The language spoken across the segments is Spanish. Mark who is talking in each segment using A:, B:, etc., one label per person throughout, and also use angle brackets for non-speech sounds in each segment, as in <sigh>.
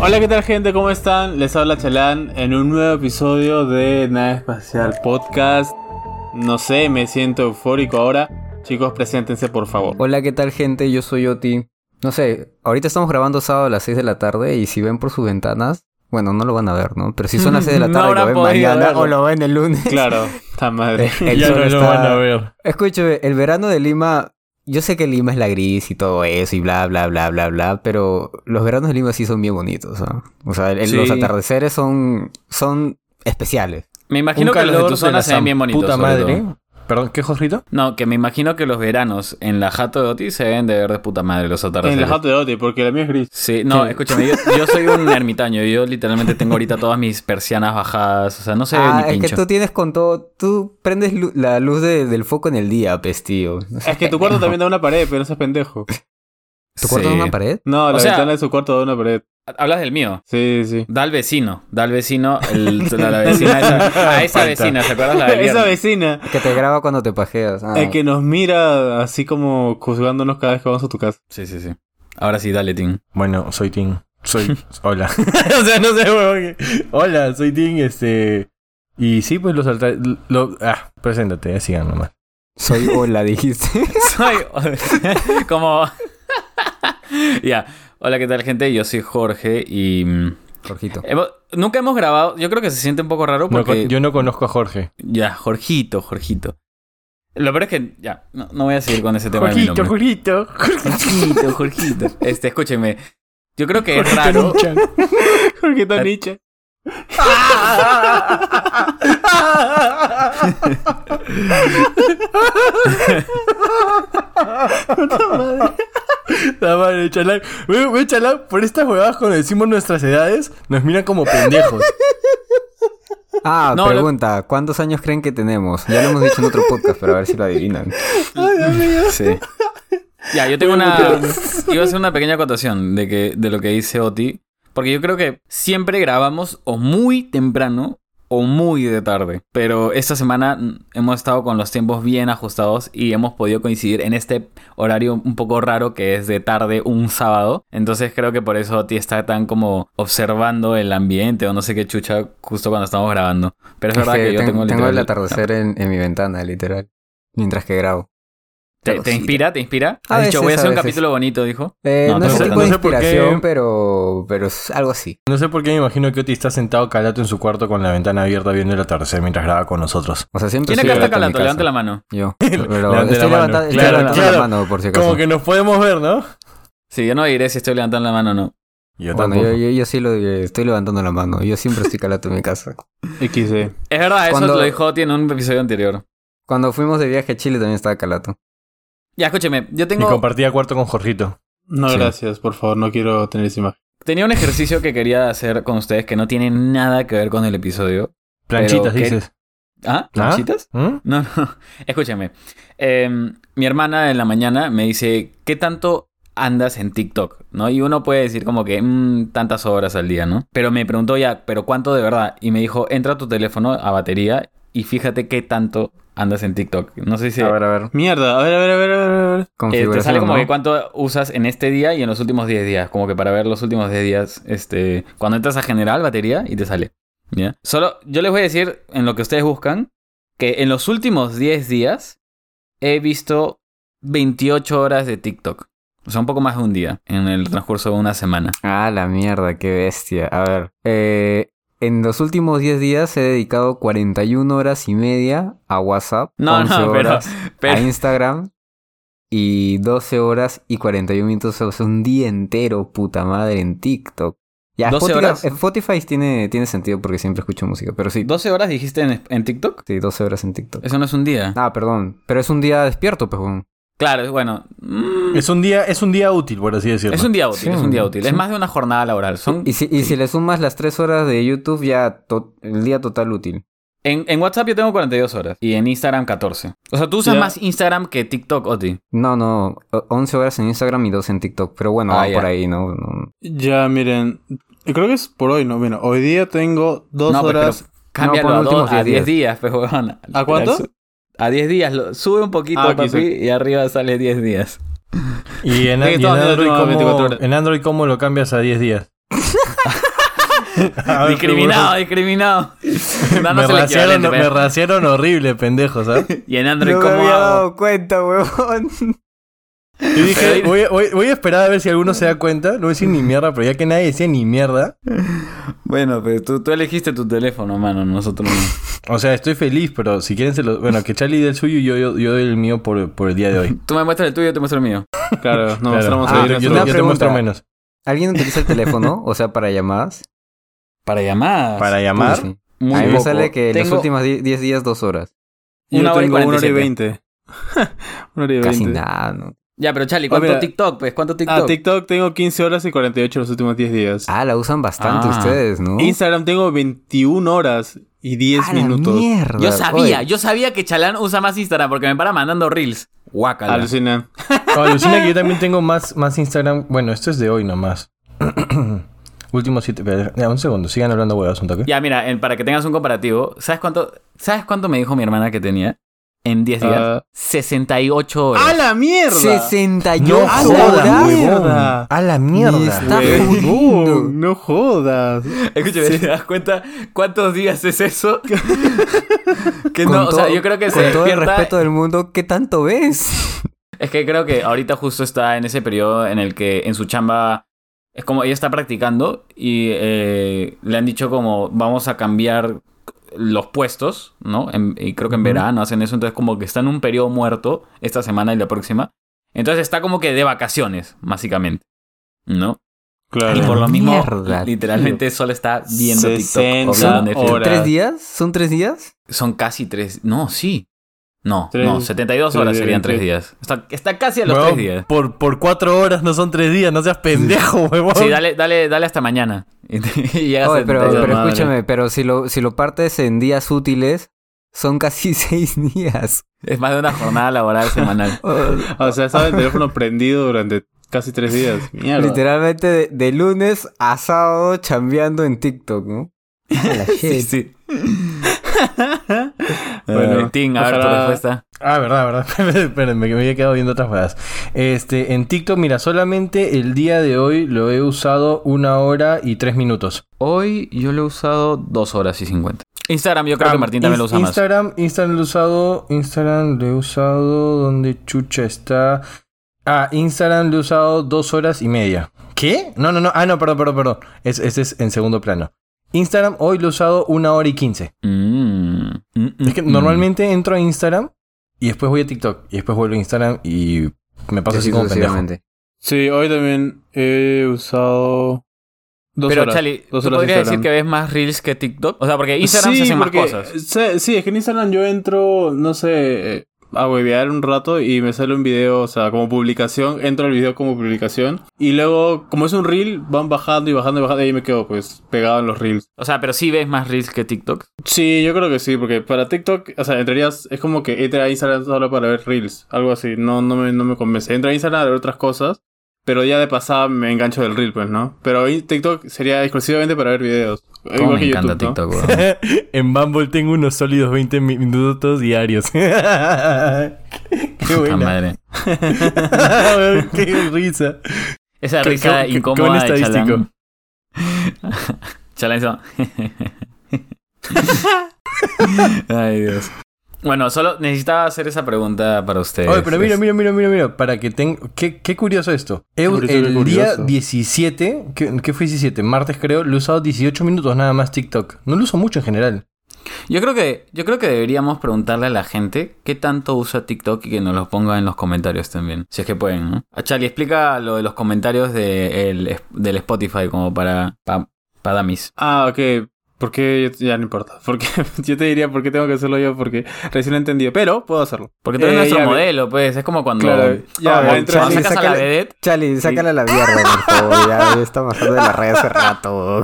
A: Hola, ¿qué tal gente? ¿Cómo están? Les habla Chalán en un nuevo episodio de Nave Espacial Podcast. No sé, me siento eufórico ahora. Chicos, preséntense por
B: <laughs>
A: favor.
B: Hola, ¿qué tal gente? Yo soy Oti. No sé, ahorita estamos grabando sábado a las 6 de la tarde y si ven por sus ventanas, bueno, no lo van a ver, ¿no? Pero si son las 6 de la
A: <laughs> No
B: tarde,
A: habrán
B: lo ven
A: podido
B: mañana
A: verlo.
B: o lo ven el lunes. <laughs>
A: Claro, está madre.
B: Eh, El
C: ya
B: sol
C: no lo
B: está-
C: van a ver.
B: Escúchame, el verano de Lima, yo sé que Lima es la gris y todo eso y bla, bla, bla, bla, bla, pero los veranos de Lima sí son bien bonitos, ¿ah? O sea, el-
C: Sí.
B: los atardeceres son, son especiales.
D: Me
C: Un
D: imagino que
C: calor
D: los de
C: de
D: tu
C: la
D: zona se ven bien bonitos.
C: puta
D: sobre
C: madre.
D: todo.
C: Perdón, ¿qué Josrito?
D: No, que me imagino que los veranos en la jato de Oti se ven de ver de puta madre los atardeceres.
A: En la jato de Oti, porque la mía es gris.
D: Sí, no, escúchame, yo, yo soy un ermitaño. Yo literalmente tengo ahorita todas mis persianas bajadas. O sea, no se ve
B: ah,
D: ni
B: es que
D: pincho.
B: tú tienes con todo, tú prendes lu- la luz de- del foco en el día, pues, pestío.
A: Es que tu
B: <laughs>
A: cuarto también da una pared, pero no seas pendejo.
B: ¿Tu cuarto
D: Sí.
B: es una pared?
A: No, la
D: O sea-
A: ventana de su cuarto da una pared.
D: Hablas del mío.
A: Sí, sí.
D: Da al vecino. Da al vecino. el- la, la vecina esa- a esa vecina, ¿se acuerdas? La
A: <laughs>
D: del
A: Esa
D: viernes?
A: vecina.
B: Que te graba cuando te pajeas. Ah.
A: El que nos mira así como juzgándonos cada vez que vamos a tu casa. <laughs>
D: Sí, sí, sí. Ahora sí, dale, Tim.
C: Bueno, soy Tim.
D: <laughs>
C: Soy. Hola. o sea, no sé, huevón. Hola, soy Tim, este. Y sí, pues los alta... lo- Ah, preséntate, así sigan nomás.
B: Soy hola,
D: <laughs>
B: dijiste.
D: Soy <laughs> como... Ya. Hola, ¿qué tal, gente? Yo soy Jorge y... mm,
B: Jorgito.
D: hemos- nunca hemos grabado. Yo creo que se siente un poco raro
C: No
D: porque...
C: con- yo no conozco a Jorge.
D: Ya, Jorgito, Jorgito. Lo peor es que... Ya, no, no voy a seguir con ese tema de mi nombre.
C: Jorgito.
D: Jorgito, Jorgito. Este, escúcheme. Yo creo que es raro...
C: Jorge
A: Jorgito
D: Eh.
A: Nietzsche.
C: La madre, chalán. Ve, ve, chalán, por estas huevadas cuando decimos nuestras edades, nos miran como pendejos.
B: Ah,
D: No, lo-
B: pregunta, ¿cuántos años creen que tenemos? Ya lo hemos dicho en otro podcast, pero a ver si lo adivinan.
D: Sí. <laughs> Ya, yo tengo una. Iba a hacer una pequeña acotación de, que, de lo que dice Oti. Porque yo creo que siempre grabamos o muy temprano o muy de tarde. Pero esta semana mm, hemos estado con los tiempos bien ajustados y hemos podido coincidir en este horario un poco raro que es de tarde un sábado. Entonces creo que por eso Oti está tan como observando el ambiente o no sé qué chucha justo cuando estamos grabando. Pero es
B: Es
D: verdad que,
B: que
D: yo
B: ten-
D: tengo,
B: tengo,
D: literal-
B: el atardecer en, en mi ventana, literal. Mientras que grabo.
D: ¿Te, te inspira? ¿Te inspira?
B: A
D: Has dicho,
B: veces,
D: voy a
B: a
D: hacer un
B: veces.
D: capítulo bonito, dijo.
B: Eh, no,
D: No,
B: es
D: no
B: un
D: sé-
B: tipo de
C: no sé por qué-
B: inspiración, pero, pero es algo así.
C: No sé por qué me imagino que Oti está sentado calato en su cuarto con la ventana abierta viendo el atardecer mientras graba con nosotros.
B: O sea, siempre
D: ¿Quién
B: soy
D: acá está
B: barato en mi
D: calando?
B: casa.
D: Levanta la mano. <laughs>
B: Yo. Pero
C: Levante
B: estoy
C: la mano.
B: levantando, estoy
C: Claro,
B: levantando
C: claro.
B: la mano, por si acaso.
C: Como que nos podemos ver, ¿no?
D: Sí, yo no diré si estoy levantando la mano o no.
C: Yo
B: Bueno, yo, yo- yo sí lo estoy levantando la mano. Yo siempre estoy calato en mi casa.
A: XD.
D: Es verdad, eso
B: Cuando-
D: lo dijo Oti en un episodio anterior.
B: Cuando fuimos de viaje a Chile también estaba calato.
D: Ya, escúcheme, yo
C: Y
D: tengo...
C: compartía cuarto con Jorgito.
A: No,
B: Sí.
A: gracias, por favor, no quiero tener esa imagen.
D: Tenía un ejercicio que quería hacer con ustedes que no tiene nada que ver con el episodio.
C: Planchitas,
D: ¿qué?
C: dices.
D: ¿Ah? ¿Planchitas?
C: ¿Mm?
D: No, no. <laughs> Escúcheme. Em, mi hermana en la mañana me dice, ¿qué tanto andas en TikTok? ¿No? Y uno puede decir como que "Mm, tantas horas al día, ¿no? Pero me preguntó ya, ¿pero cuánto de verdad? Y me dijo, entra a tu teléfono a batería y fíjate qué tanto andas en TikTok. No sé si...
B: A ver, a ver.
A: Mierda, a ver, a ver, a ver, a ver. a ver.
D: Eh, te Eh, sale
B: Configuración,
D: como
B: ¿no?
D: que cuánto usas en este día y en los últimos 10 días. Como que para ver los últimos 10 días, este, cuando entras a general, batería y te sale. ¿Ya? Solo, yo les voy a decir en lo que ustedes buscan, que en los últimos 10 días he visto 28 horas de TikTok. O sea, un poco más de un día en el transcurso de una semana.
B: Ah, la mierda, qué bestia. A ver, eh, en los últimos 10 días he dedicado 41 horas y media a WhatsApp,
D: No,
B: 11
D: no, pero-
B: horas a
D: Pero,
B: Instagram y 12 horas y 41 minutos, o sea, un día entero, puta madre, en TikTok. Ya,
D: 12
B: Spotify,
D: horas.
B: eh, Spotify tiene, tiene sentido porque siempre escucho música, pero sí,
D: 12 horas dijiste en, en TikTok.
B: sí, 12 horas en TikTok.
D: Eso no es un día.
B: Ah, perdón, pero es un día despierto, pues. weón.
D: Claro, bueno. mm,
C: Es un día, es un día útil, por así decirlo.
D: es un día útil,
B: Sí,
D: es un día útil.
B: sí.
D: Es más de una jornada laboral. Son
B: Y si, y si le sumas las 3 horas de YouTube, ya to- el día total útil.
D: En, en WhatsApp yo tengo 42 horas y en Instagram 14. O sea, tú usas
A: Ya.
D: más Instagram que TikTok, Oti.
B: No, no, o- 11 horas en Instagram y 2 en TikTok, pero bueno,
D: Ah,
B: va
D: ya.
B: por ahí, ¿no? No,
A: Ya, miren. Creo que es por hoy, ¿no? Bueno, hoy día tengo dos
D: No, pues,
A: horas.
D: Cámbialo
B: pon
D: a,
B: últimos
D: dos- a
B: 10
D: 10 días, pues, huevón.
A: ¿A cuánto?
D: A 10 días. lo- sube un poquito,
A: Ah, ok,
D: papi,
A: sí.
D: y arriba sale 10 días.
C: Y en,
A: Es que
C: y en
A: todos los días
C: Android,
A: tengo
C: ¿cómo,
A: 24 horas.
C: en Android, ¿cómo lo cambias a 10 días? A ver,
D: <laughs> discriminado, discriminado.
C: Me,
D: Dándose el
C: raciaron,
D: equivalente,
C: me
D: pues.
C: raciaron horrible, ¿ah?
D: <laughs>
C: pendejo, ¿sabes?
D: Y en Android,
B: No me
D: ¿cómo
B: había
D: hago?
B: dado cuenta, huevón.
C: Y dije, voy, voy- voy a esperar a ver si alguno se da cuenta. No voy a decir ni mierda, pero ya que nadie decía ni mierda.
D: Bueno, pero tú, tú elegiste tu teléfono, mano, nosotros no.
C: O sea, estoy feliz, pero si quieren se lo... Bueno, que Charlie dé el suyo y yo, yo, yo doy el mío por, por el día de hoy.
D: Tú me muestras el tuyo, yo te muestro el mío.
A: Claro, <laughs> nos
C: Claro.
A: mostramos
B: Ah,
A: ahí
C: yo, te-
A: nuestro-
C: yo te- yo te
B: pregunta.
C: muestro menos.
B: <laughs> ¿Alguien utiliza el teléfono? O sea, para llamadas.
D: Para llamadas.
C: Para llamar...
B: Sí.
D: Muy
B: a mí me
D: poco.
B: sale que en los
D: Tengo
B: últimos di- 10 días, 2 horas.
A: Yo
D: una hora y
A: tengo una hora y
D: 47.
A: veinte. <laughs> Una hora y
B: Casi
A: veinte.
B: nada, ¿no?
D: Ya, pero Charlie, ¿cuánto
A: Oye, mira.
D: TikTok? Pues, ¿cuánto TikTok?
A: A TikTok tengo 15 horas y 48 los últimos 10 días.
B: Ah, la usan bastante
D: Ah.
B: ustedes, ¿no?
A: Instagram tengo 21 horas y 10
B: ¡A la
A: minutos.
B: mierda!
D: Yo sabía,
B: Oye,
D: yo sabía que Chalán usa más Instagram porque me para mandando reels. Guácala.
A: Alucina.
C: No, alucina que yo también tengo más, más Instagram. Bueno, esto es de hoy nomás. Últimos siete... espera, ya, un segundo, sigan hablando huevos un toque.
D: Ya, mira, en- para que tengas un comparativo, ¿sabes cuánto, ¿sabes cuánto me dijo mi hermana que tenía en 10 días?
A: Ah.
D: 68 horas.
A: ¡A la mierda!
B: 68
A: ¡A
B: horas.
A: la
C: jodas,
A: mierda!
C: huevón. ¡A la
B: Y
C: mierda!
B: está
A: Güey,
B: jodiendo.
A: <laughs> No jodas.
D: Escúchame, ¿te das cuenta cuántos días
B: <laughs>
D: es eso? que
B: Con
D: no, o sea,
B: todo-
D: yo creo que se
B: Con todo el
D: despierta-
B: respeto del mundo, ¿qué tanto ves?
D: Es que creo que ahorita justo está en ese periodo en el que en su chamba es como ella está practicando y eh, le han dicho como vamos a cambiar los puestos, ¿no? En- y creo que en
C: Ujú.
D: verano hacen eso, entonces como que está en un periodo muerto esta semana y la próxima. Entonces está como que de vacaciones, básicamente, ¿no?
A: Claro.
D: Y por lo mismo,
B: Mierda,
D: literalmente solo está viendo TikTok.
A: 60
D: o viendo Netflix.
A: horas.
B: ¿Tres días? ¿Son tres días?
D: Son casi tres. No, sí. No,
A: Tres-
D: no, 72
A: tres
D: horas
A: días,
D: serían tres
A: sí.
D: días. Está, está casi a los
C: Huevón,
D: tres días.
C: Por, por cuatro horas no son tres días, no seas pendejo, huevón.
D: Sí, dale, dale, dale hasta mañana. <laughs> Y, te- y llegas
B: Oye,
D: a
B: pero,
D: 72.
B: pero
A: madre.
B: escúchame, pero si lo, si lo partes en días útiles, son casi <laughs> seis días.
D: Es más de una jornada laboral semanal.
A: O sea, estaba el teléfono prendido durante casi tres días. Mierda.
B: Literalmente de, de lunes a sábado chambeando en TikTok, ¿no?
D: <laughs>
B: A la shit.
D: sí.
A: Bueno,
D: Bueno, Tim, a ver tu
A: ojalá-
D: respuesta.
C: Ah, verdad, verdad. Espérenme, que me había quedado viendo otras cosas. Este, en TikTok, mira, solamente el día de hoy lo he usado una hora y tres minutos.
D: Hoy yo lo he usado dos horas y 50. Instagram, yo creo
C: Ah,
D: que Martín también lo usa
C: Ins-
D: más.
C: Instagram, Instagram lo he usado. Instagram lo he usado. ¿Dónde chucha está? Ah, Instagram lo he usado dos horas y media. ¿Qué? No, no, no. Ah, no, perdón, perdón, perdón. Es- Ese es en segundo plano. Instagram hoy lo he usado una hora y quince.
D: Mm. Mm,
C: Es que
D: mm,
C: normalmente entro a Instagram y después voy a TikTok. Y después vuelvo a Instagram y me paso así como pendejo.
B: Sucesivamente.
A: Sí, hoy también he usado dos
D: Pero,
A: horas.
D: Chali, ¿tú
A: dos horas
D: podrías decir
A: Instagram.
D: que ves más reels que TikTok? O sea, porque Instagram se hacen
A: porque-
D: más cosas.
A: se- sí, es que en Instagram yo entro, no sé, eh, a huevear un rato y me sale un video, o sea, como publicación, entro al video como publicación y luego, como es un reel, van bajando y bajando y bajando y ahí me quedo pues pegado en los reels.
D: O sea, pero sí ves más reels que TikTok.
A: Sí, yo creo que sí, porque para TikTok, o sea, entrarías, es como que entra a Instagram solo para ver reels, algo así, no, no, me, no me convence. Entra a Instagram a ver otras cosas, pero ya de pasada me engancho del reel, pues, ¿no? Pero ahí TikTok sería exclusivamente para ver videos.
D: Cómo
A: igual
D: Oh, me
A: que
D: encanta
A: YouTube, ¿no?
D: TikTok, weón.
C: en Bumble tengo unos sólidos 20 minutos <laughs> diarios. Qué
D: Puta
C: buena.
D: madre.
C: <laughs> Qué risa.
D: Esa
C: Qué-
D: risa
C: qué- qué-
D: incómoda
C: qué
D: de
C: buen
D: Chalán. Chalán <laughs> hizo- <laughs> Ay, Dios. Bueno, solo necesitaba hacer esa pregunta para ustedes.
C: Oye, pero mira, mira, mira, mira, mira. Para que tenga. Qué, qué curioso esto. He-
A: curioso,
C: el
A: qué curioso.
C: día 17, ¿qué, qué fue 17? Martes creo, lo he usado 18 minutos nada más TikTok. No lo uso mucho en general.
D: Yo creo que yo creo que deberíamos preguntarle a la gente qué tanto usa TikTok y que nos lo ponga en los comentarios también, si es que pueden, ¿no? Ah, Charlie, explica lo de los comentarios de el- del Spotify como para para Damis.
A: Ah, ok. Porque ya no importa. <laughs> Porque yo te diría por qué tengo que hacerlo yo, porque recién lo entendí. Pero puedo hacerlo.
D: Porque tú eres
A: Eh,
D: nuestro
A: ya,
D: modelo, pues, es como cuando
A: Claro, ya,
D: cuando
A: entra-
D: sacas a la
B: sácale-
D: vedette
B: Chali, sácala a la mierda, por favor. Ya, ya está bajando de la red hace
D: <laughs>
B: rato.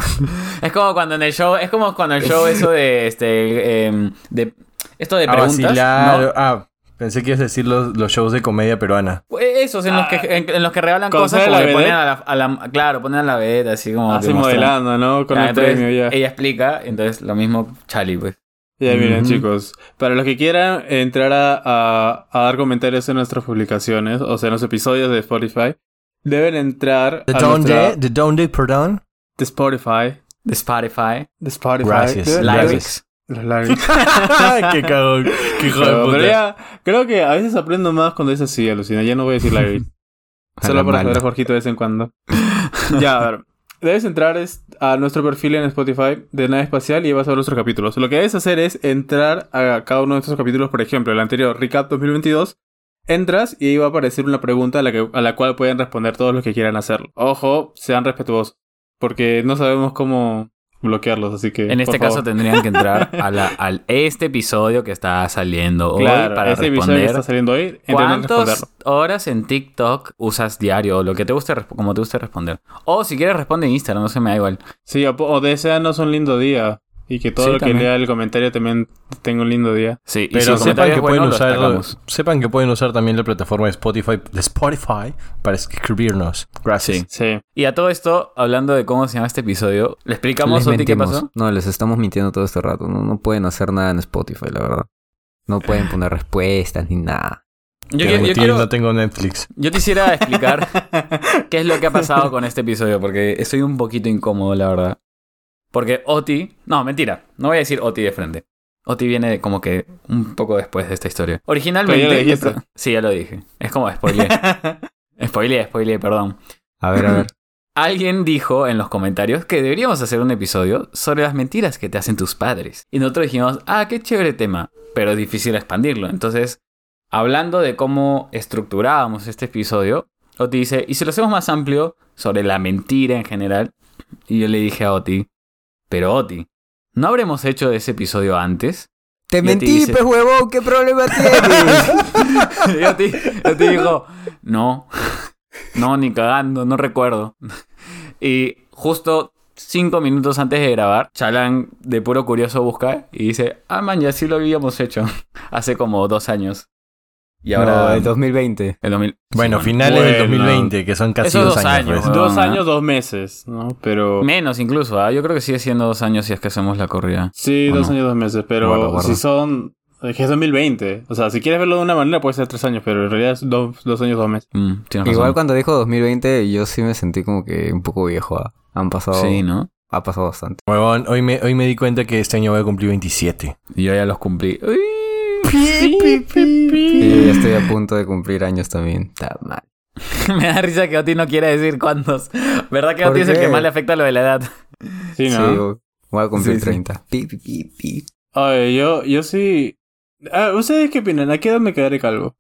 D: Es como cuando en el show, es como cuando
A: <laughs>
D: el show eso de este em, de esto de
C: A
D: preguntas.
C: vacilar.
D: ¿no?
C: Ah, pensé que ibas a decir los, los shows de comedia peruana.
D: Esos en los que en, en los que regalan
A: Ah. Cuando
D: cosas
A: sale
D: como
A: la
D: que ponen
A: vedette.
D: a la, a la- claro, ponen a la vedette así como
A: Así
D: que muestran.
A: modelando, ¿no? Con
D: Ah,
A: el
D: entonces,
A: premio ya.
D: Ella explica, entonces lo mismo Chali, pues.
A: Ya miren,
D: Ujú.
A: chicos. Para los que quieran entrar a, a- a dar comentarios en nuestras publicaciones, o sea, en los episodios de Spotify, deben entrar
C: The
A: a
C: Down
A: nuestra-
D: <laughs>
C: Day, The Down Day, perdón. <laughs>
A: de Spotify.
D: de Spotify,
A: De Spotify.
C: Gracias.
A: ¿Qué?
C: Like.
D: Lyrics.
A: Los lyrics.
C: qué cagón. Qué hijo de
A: Pero,
C: puta.
A: pero ya, creo que a veces aprendo más cuando dices así, alucina. Ya no voy a decir lyrics. <laughs>
B: A
A: Solo
B: la
A: para
B: mala.
A: joder a Jorgito de vez en cuando. <laughs> ya, a ver. Debes entrar es- a nuestro perfil en Spotify de Nave Espacial y vas a ver nuestros capítulos. Lo que debes hacer es entrar a cada uno de estos capítulos, por ejemplo, el anterior, Recap 2022. Entras y ahí va a aparecer una pregunta a la, que- a la cual pueden responder todos los que quieran hacerlo. Ojo, sean respetuosos, porque no sabemos cómo bloquearlos, así que...
D: En este
A: por
D: caso
A: favor.
D: tendrían que entrar
A: <laughs>
D: a, la- al este episodio que está saliendo hoy
A: Claro,
D: para
A: este episodio que
D: responder
A: está saliendo hoy, entren a responderlo.
D: cuántas horas en TikTok usas diario o lo que te guste resp- como te guste responder. O si quieres responde en Instagram, no se me da igual.
A: Sí, o, o deseanos un lindo día. Y que todo
D: Sí,
A: lo que
D: también.
A: lea el comentario también tenga un lindo día.
D: Sí, y si
C: Pero
D: el
C: sepan
D: comentario
C: que
D: es bueno,
C: pueden
D: lo
C: usar
D: destacamos.
C: sepan que pueden usar también la plataforma de Spotify, de Spotify para escribirnos. Gracias.
D: Sí.
A: Sí.
D: Y a todo esto, hablando de cómo se llama este episodio, le explicamos
B: Les
D: Oti qué
B: mentimos.
D: pasó.
B: No, les estamos mintiendo todo este rato. No, no pueden hacer nada en Spotify, la verdad. No pueden poner respuestas ni nada.
D: Yo,
C: Que
D: yo-
C: no
D: yo
C: tiene-
D: quiero-
C: No tengo Netflix.
D: yo quisiera
A: <laughs>
D: explicar qué es lo que ha pasado con este episodio, porque estoy un poquito incómodo, la verdad. Porque Oti... No, mentira. No voy a decir Oti de frente. Oti viene como que un poco después de esta historia.
A: Pero ya
D: Originalmente...
A: lo dijiste.
D: sí, ya lo dije. Es como
A: <laughs>
D: spoiler. spoiler, spoiler, perdón.
B: A ver, a
D: <laughs>
B: ver.
D: Alguien dijo en los comentarios que deberíamos hacer un episodio sobre las mentiras que te hacen tus padres. Y nosotros dijimos, ah, qué chévere tema, pero es difícil expandirlo. Entonces, hablando de cómo estructurábamos este episodio, Oti dice, ¿y si lo hacemos más amplio sobre la mentira en general? Y yo le dije a Oti, pero Oti, ¿no habremos hecho ese episodio antes?
B: Te
D: ti
B: mentí,
D: dice-
B: pues huevón, ¿qué
D: <laughs>
B: problema tienes?
D: y Oti, Oti dijo, no, no, ni cagando, no recuerdo. <laughs> Y justo cinco minutos antes de grabar, Chalan de puro curioso busca y dice, ah, man, ya sí lo habíamos hecho <laughs> hace como dos años. Y
B: No,
D: ahora...
B: el 2020.
D: el 2000
C: Bueno,
D: sí,
C: finales del
A: Bueno.
C: 2020, que son casi
D: Esos
C: dos
D: dos
C: años.
D: años,
C: pues.
D: ¿no?
A: Dos
D: Ah.
A: años, dos meses, ¿no? Pero.
D: Menos incluso, ¿ah? yo creo que sigue siendo dos años si es que hacemos la corrida.
A: Sí,
D: ¿O
A: dos
D: no?
A: años, dos meses. Pero
B: Guarda, guarda.
A: si son. Es que es 2020. O sea, si quieres verlo de una manera, puede ser tres años, pero en realidad es dos, dos años, dos meses.
D: Mm, tienes
B: Igual
D: razón.
B: cuando dijo 2020, yo sí me sentí como que un poco viejo. ah. Han pasado.
D: Sí, ¿no?
B: Ha pasado bastante.
C: Huevón, hoy me, hoy me di cuenta que este año voy a cumplir 27.
D: Yo ya los cumplí. Uy. <laughs>
B: Y ya estoy a punto de cumplir años también. Está mal.
D: Me da risa que Oti no quiere decir cuántos. ¿Verdad que
B: ¿Por
D: Oti es el
B: qué?
D: que más le afecta lo de la edad?
A: Sí,
B: Sí,
A: ¿no?
B: voy a cumplir
D: Sí, sí.
B: 30. Pi, pi, pi, pi.
A: Oye, yo, yo sí. Ah, ¿Ustedes qué opinan? ¿A qué edad me quedaré calvo?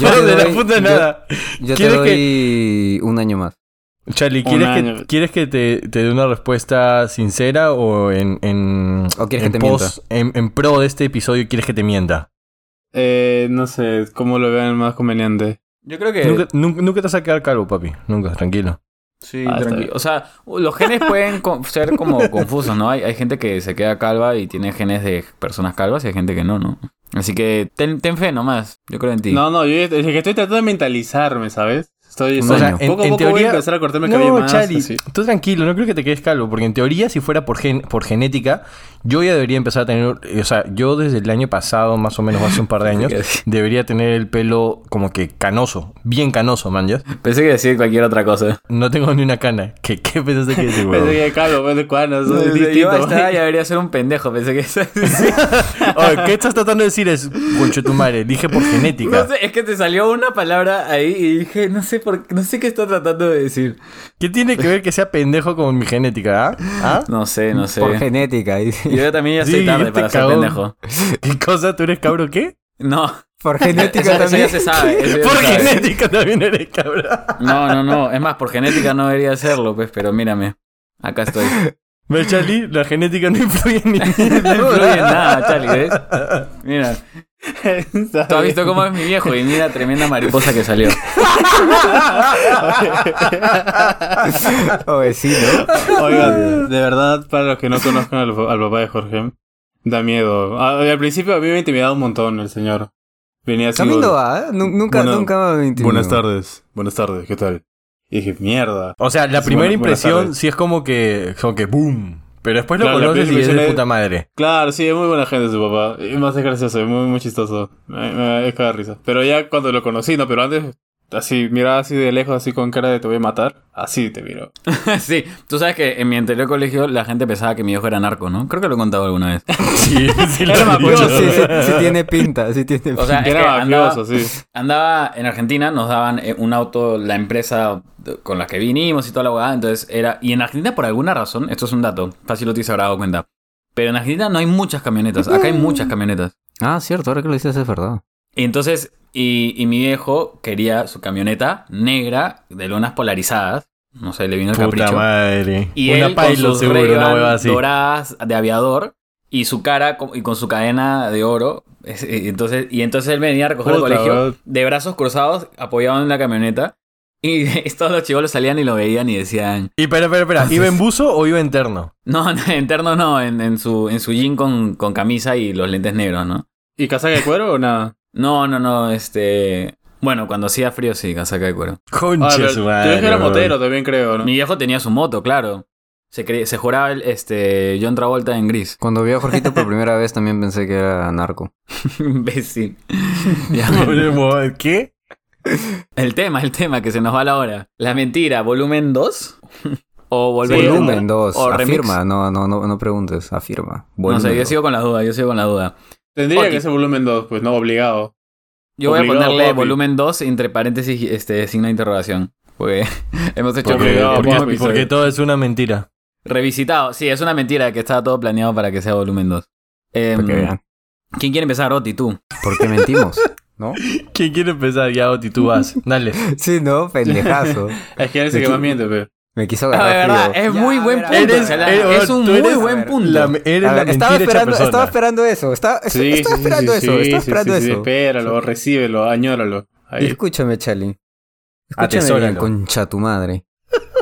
B: Yo te
C: de la
B: doy-
C: puta
B: yo-
C: nada.
B: Yo te
C: ¿Quieres
B: doy
C: que-
B: un año más.
A: Un
C: Charlie, ¿quieres
A: año.
C: que, ¿quieres que te, te dé una respuesta sincera o en, en,
B: ¿O quieres
C: en,
B: que te
C: pos- en, en pro de este episodio quieres que te mienta?
A: Eh, no sé, cómo lo vean más conveniente.
D: <laughs> Yo creo que...
B: Eh.
C: Nunca, nunca, nunca te vas a quedar calvo, papi. Nunca, tranquilo.
D: Sí,
A: Ah, está
D: tranquilo.
A: bien.
D: O sea, los genes pueden co-
A: <laughs>
D: ser como confusos, ¿no? Hay, hay gente que se queda calva y tiene genes de personas calvas y hay gente que no, ¿no? Así que ten, ten fe nomás. Yo creo en ti.
A: No, no, yo es que estoy tratando de mentalizarme, ¿sabes? Estoy.
B: O
A: estoy-
B: sea,
C: en-
A: poco a poco
C: en
A: voy
C: teoría-
A: a empezar a cortarme el cabello
C: No,
A: más.
C: Charlie,
A: así.
C: tú tranquilo, no creo que te quedes calvo, porque en teoría, si fuera por, gen- por genética, yo ya debería empezar a tener, eh, o sea, yo desde el año pasado, más o menos hace un par
A: <laughs>
C: de años, debería tener el pelo como que canoso, bien canoso, man, ¿ya?
D: Pensé que decir cualquier otra cosa.
C: No tengo ni una cana. ¿Qué, qué pensaste que decir,
A: <laughs> Pensé
C: huevón?
A: que calvo, pues de cuanas, es
D: <laughs> Yo
A: distinto.
D: hasta ya debería ser un pendejo. Pensé que...
C: Oye, ¿Qué estás tratando de decir? Es, concho tu madre, dije por
D: <laughs>
C: genética.
D: no sé, es que te salió una palabra ahí y dije, no sé por qué- no sé qué está tratando de decir.
C: ¿Qué tiene que ver que sea pendejo con mi genética, ah? ¿Ah?
D: No sé, no sé.
B: Por genética, dice. <laughs>
D: Yo también ya
C: Sí,
D: estoy tarde
C: este
D: para ser
C: cagón.
D: pendejo.
C: ¿Qué cosa? ¿Tú eres cabro qué?
D: No.
B: Por
D: Eso-
B: genética
D: eso
B: también.
D: ya se sabe. eso ya
C: Por
D: se sabe.
C: genética también eres cabro.
D: No, no, no. Es más, por genética no debería hacerlo, pues, pero mírame. Acá estoy.
C: ¿Ves, Charlie? La genética no influye
A: <laughs>
D: No
C: en ninguna.
D: influye en nada, Charlie, ¿ves? Mira,
A: <laughs> Está
D: tú has
A: bien.
D: visto cómo es mi viejo y mira tremenda mariposa que
B: <laughs>
D: salió. <laughs>
B: Oye, sí, ¿no?
A: Oigan, de verdad, para los que no conozcan al, al papá de Jorge, da miedo. A- al principio a mí me intimidaba un montón el señor. Venía así.
B: Camino
A: bu-
B: va, ¿eh? Nu- Nunca,
A: Bueno,
B: nunca me intimidó.
A: Buenas tardes, buenas tardes, ¿qué tal? Y dije, mierda.
C: O sea, la
A: Sí,
C: primera
A: buena- buenas
C: impresión
A: tardes.
C: sí es como que, como que boom. Pero después lo
A: Claro, la
C: conoces y
A: primera
C: es de
A: impresión es-
C: puta
A: <laughs>
C: madre.
A: Claro, sí, es muy buena gente su papá. Y más es gracioso, es muy, muy chistoso. Me- me- Es cada risa. Pero ya cuando lo conocí, no, pero antes así, miraba así de lejos, así con cara de te voy a matar, así te miro.
D: sí, tú sabes que en mi anterior colegio la gente pensaba que mi hijo era narco, ¿no? Creo que lo he contado alguna vez.
C: Sí, sí,
A: Claro, me acuerdo.
B: Sí, sí, sí tiene pinta, sí tiene pinta.
D: O sea, es que
A: Era
D: andaba-
A: mafioso, sí.
D: Andaba en Argentina, nos daban eh, un auto, la empresa de- con la que vinimos y toda la huevada, entonces era... Y en Argentina, por alguna razón, esto es un dato, fácil Oti se habrá dado cuenta, pero en Argentina no hay muchas camionetas, acá hay muchas camionetas.
B: Ah, cierto, ahora que lo dices es verdad.
D: Y entonces, y, y mi viejo quería su camioneta negra de lunas polarizadas, no sé, le vino el
C: Puta
D: capricho.
C: madre.
D: Y
C: una
D: él con
C: Pilot
D: sus
C: seguro, una hueva
D: Ray-Ban
C: así.
D: doradas de aviador y su cara co- y con su cadena de oro. Es- y Entonces, y entonces él venía a recoger al
A: Puta,
D: colegio
A: weón.
D: de brazos cruzados, apoyado en la camioneta. Y <laughs> todos los chivolos salían y lo veían y decían,
C: Y pero, pero, espera, ¿iba en buzo o iba en terno?
D: no, no, en terno no, en, en su, en su jean con, con camisa y los lentes negros, ¿no?
A: ¿Y casaca de cuero o nada?
D: No, no, no, este... Bueno, cuando hacía frío sí, casaca de cuero.
A: Ah,
C: Concha
A: pero
C: su
A: tú
C: madre.
A: que era
C: weón.
A: motero también, creo, ¿no?
D: Mi viejo tenía su moto, claro. Se, cre- se juraba el, este, John Travolta en gris. <laughs>
B: Cuando vi a Jorgito por primera vez también pensé que era narco.
A: <laughs>
D: Imbécil. Ya,
C: <laughs> ¿Qué?
D: el tema, el tema que se nos va la hora. La mentira,
A: <laughs>
D: volumen 2 o volver a intentar?
B: Volumen 2.
D: O remix.
B: Afirma, no, no, no, no preguntes, afirma.
D: No
B: Volumen
D: sé, yo
B: dos.
D: sigo con la duda, yo sigo con la duda.
A: Tendría
D: Oti.
A: que ser volumen 2, pues no, obligado.
D: Yo voy a
A: Obligado,
D: ponerle
A: papi.
D: volumen 2 entre paréntesis este signo de interrogación. Porque <laughs> hemos hecho
A: Porque-
D: el
A: Obligado,
D: último
A: papi,
D: episodio.
C: Porque todo es una mentira.
D: revisitado. Sí, es una mentira que estaba todo planeado para que sea volumen 2. Em,
B: Para que vean.
D: ¿Quién quiere empezar, Oti? Tú.
B: ¿Por qué
D: <laughs>
B: mentimos? ¿No?
C: ¿Quién quiere empezar? Ya, Oti, tú vas. Dale.
B: Sí, no, pendejazo.
A: Es que él es el que más miente, pues. pero.
B: Me quiso
D: Ah,
B: agarrar.
D: de verdad,
B: frío.
D: es
B: Ya,
D: muy buen
B: a
D: punto.
B: ver, a ver.
C: Eres-
D: Chala.
C: eres-
D: es un
C: tú
D: muy
C: eres-
B: a
D: buen
B: ver,
D: punto.
C: La,
B: A
C: eres
B: ver,
C: la mentira
B: estaba,
C: hecha
B: esperando,
C: persona.
B: estaba esperando eso. Estaba, estaba esperando eso. estaba esperando
A: sí,
B: eso.
A: espéralo, recíbelo, añóralo. Ahí.
B: Escúchame, Chali. Escúchame bien,
C: Atesóralo.
B: concha tu madre.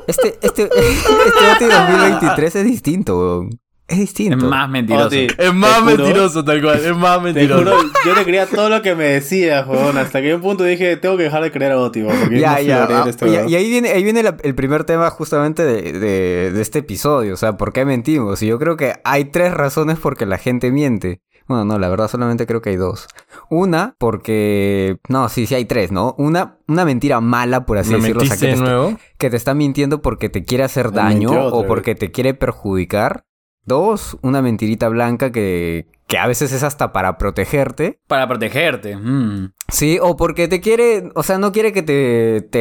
B: Este, este, <laughs> este OT 2023 es distinto, weón. Es
D: Es
B: distinto.
D: más mentiroso.
A: Oti,
C: Es más
A: te juro-
C: mentiroso, tal cual. Es más
A: Te
C: mentiroso.
A: juro, yo le creía todo lo que me decía, jodón. Hasta que un punto dije, tengo que dejar de creer a Oti, bo, porque no
B: Ya,
A: sé
B: ya,
A: creer
B: ah,
A: esto,
B: ya,
A: bo.
B: Y ahí viene, ahí viene la- el primer tema justamente de, de- de este episodio. O sea, ¿por qué mentimos? Y yo creo que hay tres razones por que la gente miente. Bueno, no, la verdad solamente creo que hay dos. Una, porque... No, sí, sí hay tres, ¿no? Una, una mentira mala, por así
C: ¿Me
B: decirlo. o sea, que
C: mentiste
B: te está-
C: de nuevo?
B: que te está mintiendo porque te quiere hacer
A: Me
B: daño
A: mintió otra
B: o
A: vez.
B: porque te quiere perjudicar. Dos, una mentirita blanca que, que a veces es hasta para protegerte.
D: Para protegerte. mm.
B: Sí, o porque te quiere, o sea, no quiere que te, te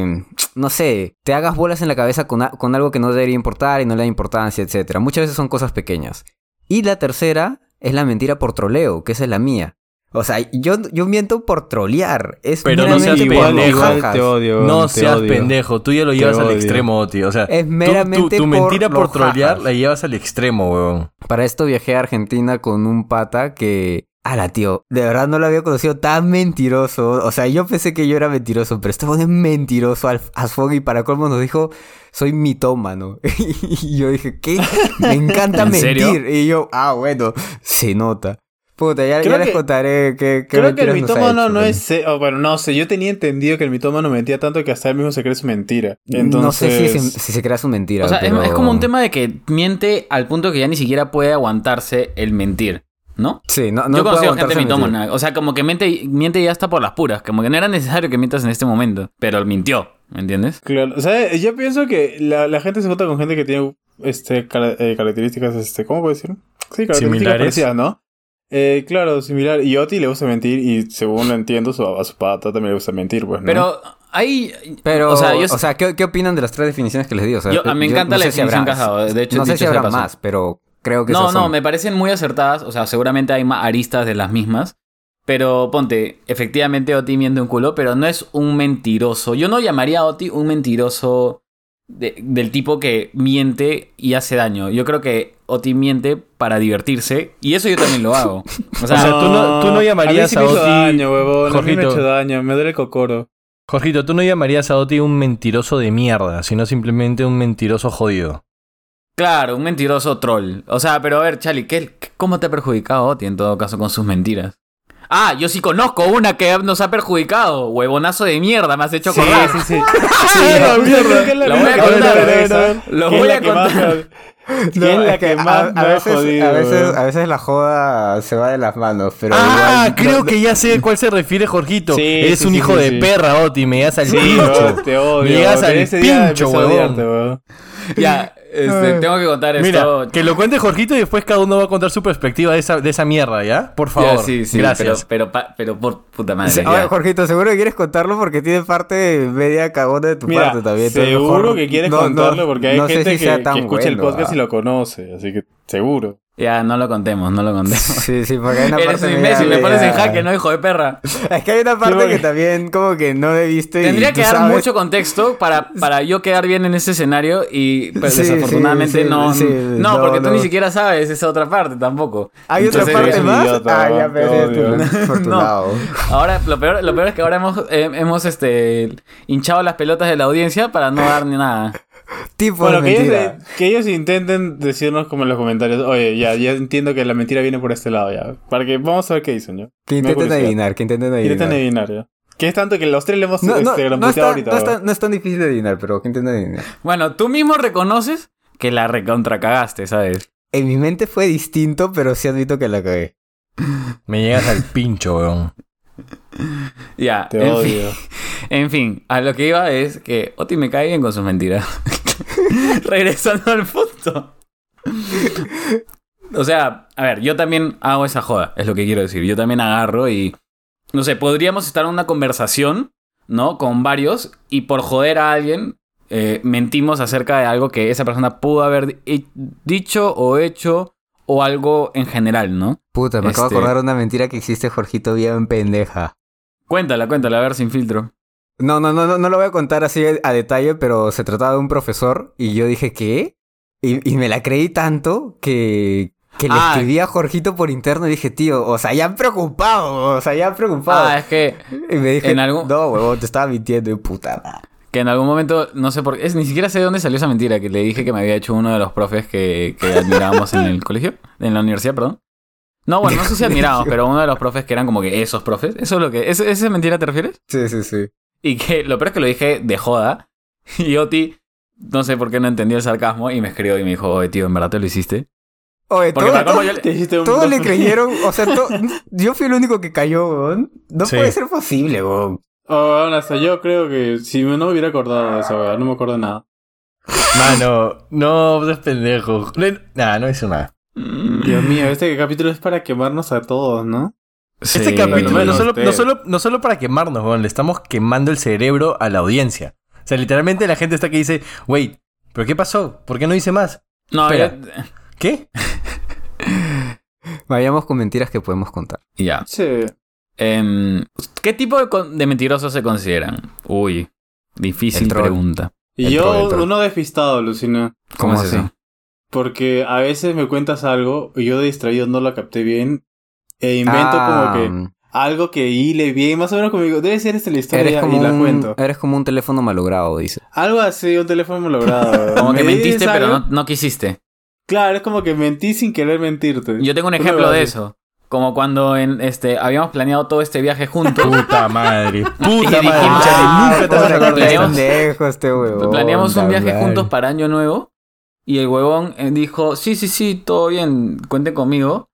B: eh, no sé, te hagas bolas en la cabeza con, a- con algo que no debería importar y no le da importancia, etcétera. Muchas veces son cosas pequeñas. Y la tercera es la mentira por troleo, que esa es la mía. O sea, yo, yo miento por trolear. Es
C: Pero no seas
B: meramente por
C: pendejo.
B: locajas.
A: odio.
C: No seas pendejo, tú ya lo llevas al
A: odio.
C: extremo, Oti. O sea,
B: Es
C: tú-
B: meramente
C: tu, tu
B: por
C: mentira por
B: los
C: trolear
B: jajas.
C: la llevas al extremo, weón.
B: Para esto viajé a Argentina con un pata que... Ala, tío, de verdad no lo había conocido tan mentiroso. O sea, yo pensé que yo era mentiroso, pero este es mentiroso al, a y para colmo nos dijo, soy mitómano. <laughs> y yo dije, ¿qué? Me encanta
D: ¿En
B: mentir.
D: serio?
B: Y yo, ah, bueno, se nota. Puta, ya,
A: Creo
B: ya les
A: que-
B: contaré qué, qué
A: Creo que el
B: mentiras nos ha
A: mitómano
B: hecho,
A: no
B: pero-
A: es. se- o bueno, no sé. Yo tenía entendido que el mitómano mentía tanto que hasta él mismo se cree su mentira. Entonces.
B: No sé si, se- si se crea su mentira.
D: O sea, es-
B: pero-
D: es, como un tema de que miente al punto que ya ni siquiera puede aguantarse el mentir, ¿no?
B: Sí, no, no puede
D: Yo he conocido gente
B: aguantarse mentir.
D: mitómana. O sea, como que miente, miente ya hasta por las puras. Como que no era necesario que mientas en este momento. Pero él mintió, ¿me entiendes?
A: Claro, o sea, yo pienso que la, la gente se junta con gente que tiene este cara- eh, características, este, ¿cómo puedo decir? Sí, características
C: Similares.
A: parecidas, ¿no? Eh, claro, similar. Y Oti le gusta mentir y según lo entiendo, su, a su pata también le gusta mentir, pues, ¿no?
D: Pero ahí...
B: Pero,
D: O sea, yo-
B: ¿qué, qué opinan de las tres definiciones que les di? O sea,
D: Yo- a mí me encanta la
B: sé si
D: definición
B: habrá-
D: Casado, de hecho,
B: no sé si
D: dicho sea
B: habrá
D: paso.
B: más, pero creo que
D: No,
B: esas
D: no,
B: son.
D: me parecen muy acertadas. O sea, seguramente hay más aristas de las mismas. Pero ponte, efectivamente Oti miente un culo, pero no es un mentiroso. Yo no llamaría a Oti un mentiroso de- del tipo que miente y hace daño. Yo creo que Oti miente para divertirse. Y eso yo también lo hago. O sea,
C: O sea, tú no- tú no llamarías
A: a, mí
C: a
A: sí me hizo
C: Oti,
A: daño, huevón. A mí me
C: Jorgito.
A: ha hecho daño, me duele el cocoro.
C: Jorgito, tú no llamarías a Oti un mentiroso de mierda, sino simplemente un mentiroso jodido.
D: claro, un mentiroso troll. O sea, pero a ver, Chali, ¿qué, qué- ¿cómo te ha perjudicado Oti en todo caso con sus mentiras? Ah, yo sí conozco una que nos ha perjudicado. Huevonazo de mierda, me has hecho
C: Sí,
D: acordar.
B: <laughs>
C: sí, sí.
A: la mierda!
D: La voy a contar, Lo voy a
B: <laughs>
A: contar.
B: No,
A: ¿Quién es la
B: es que
A: que
B: a,
A: más me
B: a
A: ha
B: veces,
A: jodido?
B: a, veces,
A: weón?
B: a veces la joda se va de las manos, pero
C: Ah,
B: igual-
C: creo
B: no-
C: que ya sé de cuál se refiere Jorgito.
A: Sí,
C: Eres
A: sí,
C: un
A: sí,
C: hijo
A: sí,
C: de
A: sí.
C: perra, Oti, me das al
A: Sí,
C: pincho.
A: weón, te odio.
C: Llegas
A: weón.
C: al
A: Ese día empecé
C: pincho,
A: a
C: huevón.
A: odiarte, weón.
D: Ya, este, tengo que contar esto.
C: Mira, que lo cuente Jorgito y después cada uno va a contar su perspectiva de esa, de esa mierda, ¿ya? Por favor.
D: Ya, sí, sí,
C: Gracias.
D: Pero, pero, pa- pero por puta madre.
B: Se-
D: ya.
B: Ahora, Jorgito, seguro que quieres contarlo porque tiene parte media cagona de tu
A: Mira,
B: parte también. entonces
A: seguro
B: mejor-
A: que quieres
B: no, no,
A: contarlo porque hay
B: no sé
A: gente
B: si
A: que,
B: sea
A: que
B: tan
A: escucha el
B: bueno,
A: podcast
B: ah. <laughs>
A: y lo conoce, así que seguro.
D: Ya, no lo contemos, no lo contemos.
B: Sí, sí, porque hay <laughs> una
D: Eres
B: parte
D: un
B: media-
D: imbécil, me pones en
B: media-
D: jaque, no hijo de perra.
B: <laughs> Es que hay una parte
A: porque-
B: que también como que no he visto y
D: Tendría
B: tú
D: que dar
B: sabes-
D: mucho contexto para, para yo quedar bien en ese escenario y pero
B: Sí,
D: desafortunadamente
B: sí,
D: no,
B: sí,
D: no.
B: no,
D: porque tú
B: no.
D: ni siquiera sabes esa otra parte tampoco.
B: Hay otra
D: Entonces,
B: parte
A: eres un
B: más.
A: idiota,
B: ah, ya
A: weón,
B: pero
A: te
B: de tu- por tu
D: <laughs> No.
B: lado.
D: Ahora, lo peor, lo peor es que ahora hemos, eh, hemos este, hinchado las pelotas de la audiencia para no dar ni nada.
B: Tipo
A: bueno,
B: de
A: que
B: mentira.
A: ellos, que ellos intenten decirnos como en los comentarios, oye, ya, ya entiendo que la mentira viene por este lado, ya. Para que vamos a ver qué dicen, ¿no? Me
B: Que
A: da
B: intenten
A: curiosidad.
B: adivinar, que intenten
A: Intenten
B: adivinar.
A: adivinar, ya. Que es tanto que los tres le hemos
B: <laughs> No, no,
A: este,
B: no,
A: gramputeado
B: está-
A: ahorita.
B: no,
A: weón.
B: está- no es tan difícil de adivinar, pero que intenten adivinar.
D: Bueno, tú mismo reconoces que la recontra cagaste, ¿sabes?
B: En mi mente fue distinto, pero sí admito que la cagué.
C: Me llegas al pincho, weón.
D: Ya,
A: Te
D: en fin,
A: odio. <laughs>
D: en fin, a lo que iba es que Oti me cae bien con sus mentiras. <laughs> Regresando al punto. O sea, a ver, yo también hago esa joda, es lo que quiero decir. Yo también agarro y, no sé, podríamos estar en una conversación, ¿no? Con varios y por joder a alguien, eh, mentimos acerca de algo que esa persona pudo haber di- eh, dicho o hecho o algo en general, ¿no?
B: Puta, me acabo de
D: Este-
B: acordar de una mentira que existe Jorgito bien pendeja.
D: Cuéntala, cuéntala, a ver, sin filtro.
B: No, no, no, no, no lo voy a contar así a detalle, pero se trataba de un profesor y yo dije, ¿qué? Y, y me la creí tanto que, que le
D: Ah.
B: escribí a Jorgito por interno y dije, tío, o sea, ya han preocupado, o sea, ya han preocupado.
D: Ah, es que,
B: y me dije,
D: en algún-
B: no, huevón, te estaba mintiendo y puta madre.
D: que en algún momento, no sé por qué, es, ni siquiera sé de dónde salió esa mentira, que le dije que me había hecho uno de los profes que, que admirábamos en el colegio, en la universidad, perdón. No, bueno, no sé si admirábamos, pero uno de los profes que eran como que esos profes, eso es lo que, ¿es- ¿esa mentira te refieres?
B: Sí, sí, sí.
D: Y que lo peor es que lo dije de joda, <laughs> y Oti, no sé por qué no entendió el sarcasmo, y me escribió y me dijo, oye tío, ¿en verdad te lo hiciste?
B: Oye,
D: Porque
B: todo,
D: me acuerdo
B: todo-
D: yo le-
A: Te hiciste un-
C: <laughs>
B: todos le creyeron, o sea, to- yo fui el único que cayó, huevón. No
C: Sí.
B: puede ser posible, huevón.
A: <laughs> Oh, bueno, hasta yo creo que si me- no me hubiera acordado de esa weá, no me acuerdo de nada.
C: Mano, no, es pendejo. Le- Nah, no hice nada.
A: Dios mío, este capítulo es para quemarnos a todos, ¿no?
D: Sí.
C: este capítulo
A: bueno,
C: no solo,
A: ustedes.
C: no, solo, no solo para quemarnos, weón, le estamos quemando el cerebro a la audiencia. O sea, literalmente la gente está que dice, wait, ¿pero qué pasó? ¿Por qué no hice más?
D: No,
C: Espera.
D: yo-
C: ¿Qué?
B: Vayamos con mentiras que podemos contar.
D: ya.
A: Sí.
D: Em, ¿Qué tipo de, con- de mentirosos se consideran? Uy,
B: El
D: difícil
B: troll.
D: pregunta.
A: Y
B: Dentro,
A: yo,
B: dentro.
A: uno despistado, Lucina.
D: ¿Cómo,
B: ¿Cómo
D: es eso?
B: así?
A: Porque a veces me cuentas algo y yo de distraído no lo capté bien. E invento
B: Ah,
A: como que algo que hile bien, más o menos como digo, debe ser esta la historia
B: Eres como,
A: y la
B: un, eh,
A: cuento.
B: eres como un teléfono malogrado, dice.
A: Algo así, un teléfono logrado.
D: Como que
A: Me
D: mentiste,
A: dices
D: pero
A: algo-
D: no, no quisiste.
A: Claro, es como que mentí sin querer mentirte.
D: Yo tengo un
A: Una
D: ejemplo
A: verdad,
D: de
A: sí.
D: eso. Como cuando en, este, habíamos planeado todo este viaje
A: <laughs>
D: juntos. <laughs>
C: Puta madre.
D: Y
C: Puta
D: dijimos,
C: madre. Chale,
D: ah,
C: nunca <laughs> te vas a acordar de esto.
D: planeamos-
B: pendejo este huevón.
D: planeamos un
B: la
D: viaje
B: madre.
D: juntos para Año Nuevo. Y el huevón eh, dijo, sí, sí, sí, todo bien, cuenten conmigo.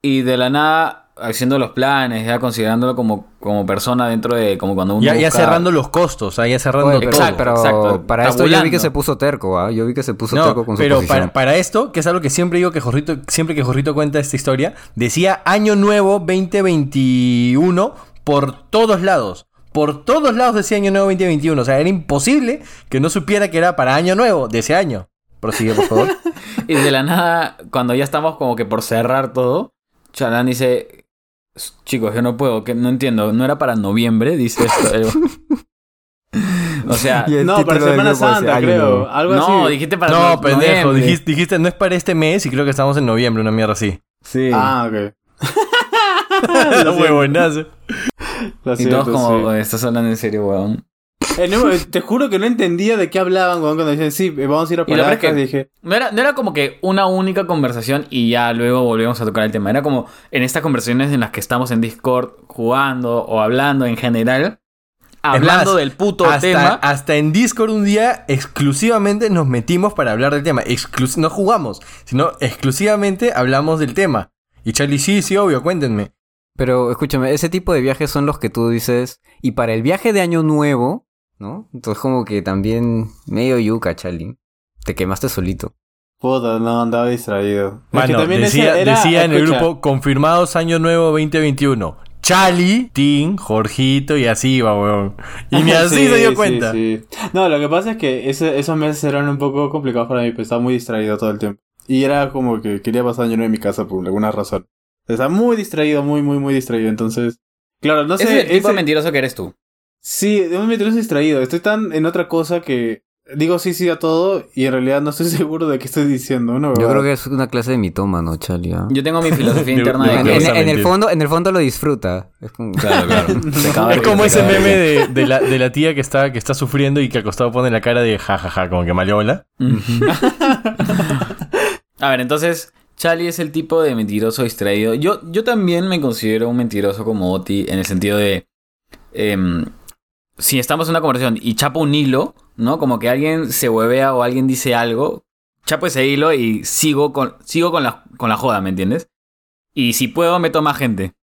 D: Y de la nada, haciendo los planes, ya considerándolo como, como persona dentro de... Como cuando uno
C: Ya, ya
D: busca-
C: cerrando los costos, ah, ya cerrando
B: Oye,
C: todo.
B: pero,
D: Exacto,
B: pero
D: exacto.
B: para esto yo vi
D: Tabulando.
B: que se puso terco, ¿ah? Yo vi que se puso terco con su
C: pero
B: posición.
C: para, para esto, que es algo que siempre digo que Jorrito, siempre que Jorrito cuenta esta historia, decía año nuevo 2021 por todos lados. Por todos lados decía año nuevo 2021. O sea, era imposible que no supiera que era para año nuevo de ese año. Prosigue, por favor.
D: Y de la nada, cuando ya estamos como que por cerrar todo, Chalán dice, chicos, yo no puedo, que no entiendo, no era para noviembre, dice esto. El- <laughs> o sea,
B: Y el
A: No, para
B: título del
A: Semana
B: grupo es
A: Santa,
B: Año
A: creo.
B: Nuevo.
A: Algo así.
D: no, dijiste <laughs> para
C: no,
D: no-
C: pendejo.
D: noviembre.
C: Dijiste, dijiste, no es para este mes y creo que estamos en noviembre, una mierda así.
B: Sí.
A: <laughs> Ah, ok.
C: La huevonazo.
A: Lo
C: <laughs>
D: Y todos
A: siento,
D: como,
A: sí.
D: "Oye, estás hablando en serio, weón.
A: En un momento, te juro que "Eh, no entendía de qué hablaban weón, cuando decían, sí, eh, vamos a ir a
D: Y la verdad es
A: Paracas.
D: que-
A: Dije,
D: No era, no era como que una única conversación y ya luego volvíamos a tocar el tema. Era como en estas conversaciones en las que estamos en Discord jugando o hablando en general. Hablando
C: más,
D: del puto
C: hasta,
D: tema.
C: hasta en Discord un día exclusivamente nos metimos para hablar del tema. Exclus- no jugamos, sino exclusivamente hablamos del tema. Y Charlie, sí, sí, obvio, cuéntenme.
B: Pero escúchame, ese tipo de viajes son los que tú dices. Y para el viaje de año nuevo, ¿no? Entonces, como que también medio yuca, Charlie. Te quemaste solito.
A: puta, no, andaba distraído. Es que
C: Mano,
A: ese
C: decía,
A: era-
C: decía en el
A: escucha,
C: grupo, confirmados año nuevo 2021. Charlie, Tim, Jorgito y así iba, weón.
A: <laughs>
C: Y ni así
A: Sí,
C: se dio
A: sí,
C: cuenta.
A: sí. No, lo que pasa es que ese- esos meses eran un poco complicados para mí, pues estaba muy distraído todo el tiempo. Y era como que quería pasar año nuevo en mi casa por alguna razón. Estaba muy distraído, muy, muy, muy distraído. Entonces, claro, no sé.
D: Ese es el tipo
A: ese-
D: mentiroso que eres tú.
A: Sí, de un mentiroso distraído. Estoy tan en otra cosa que digo sí, sí a todo y en realidad no estoy <laughs> seguro de qué estoy diciendo. ¿no?
B: Yo creo que es una clase de mitómano, Charlie. ¿ah?
D: Yo tengo mi
C: <laughs>
D: filosofía
C: Yo-
D: interna
C: yo
D: de
B: En,
C: creo
D: que...
C: que-
B: en- en el
C: mentir.
B: fondo, en el fondo lo disfruta. Es como-
D: Claro, claro.
C: <laughs>
D: Te acabo de
C: Es como
D: te
C: ese
D: acabo de
C: meme de, de la, de la tía que está, que está sufriendo y que al costado pone la cara de jajaja, como que maleola.
D: A ver, entonces, Charlie es el tipo de mentiroso distraído. Yo, yo también me considero un mentiroso como Oti en el sentido de. em, si estamos en una conversación y chapa un hilo, ¿no? Como que alguien se huevea o alguien dice algo, chapo ese hilo y sigo con, sigo con, la, con la joda, ¿me entiendes? Y si puedo, meto más gente.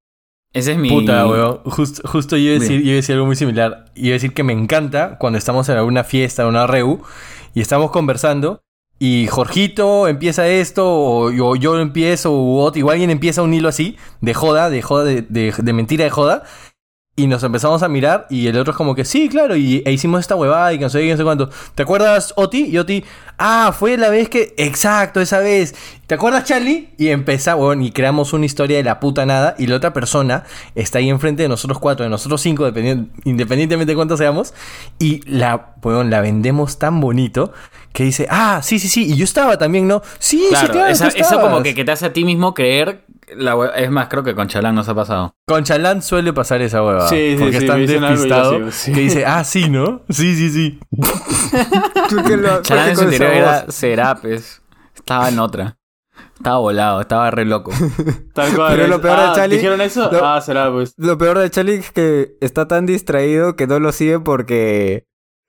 D: Ese es mi.
C: Puta, weón. Just- justo yo iba, a decir,
D: Bien.
C: yo iba a decir algo muy similar. Iba a decir que me encanta cuando estamos en alguna fiesta, en una reu, y estamos conversando, y Jorgito empieza esto, o yo, yo empiezo, o, ot- o alguien empieza un hilo así, de joda, de joda, de, de- de mentira de joda, y nos empezamos a mirar, y el otro es como que, sí, claro, y, e hicimos esta huevada, y que no sé qué, que no sé cuánto. ¿Te acuerdas, Oti? Y Oti, ah, fue la vez que, exacto, esa vez. ¿Te acuerdas, Charlie? Y empezamos, weón, y creamos una historia de la puta nada, y la otra persona está ahí enfrente de nosotros cuatro, de nosotros cinco, dependien- independientemente de cuántos seamos, y la, weón, la vendemos tan bonito que dice, ah, sí, sí, sí, y yo estaba también, ¿no? Sí,
D: Claro,
C: sí, claro,
D: esa-
C: tú
D: eso como
C: estabas".
D: que, que te hace a ti mismo creer. la hue- es más, creo que con Chalán nos ha pasado.
C: Con Chalán suele pasar esa hueva.
A: Sí, sí,
C: porque
A: sí,
C: es tan
A: me dicen algo y yo
C: despistado
A: sigo, sí.
C: que dice, ah, sí, ¿no? Sí, sí, sí.
D: Chalán en su
B: Con esa
D: interior
B: voz.
D: era Serapes. Estaba en otra. Estaba volado, estaba re
C: <laughs>
D: loco.
A: Tal cual.
B: <laughs> Pero lo
A: es-
B: peor de
A: ah,
B: Charlie-
A: ¿Dijeron eso?
B: lo-
A: Ah, será, pues.
B: <laughs> Lo peor de Charlie es que está tan distraído que no lo sigue porque.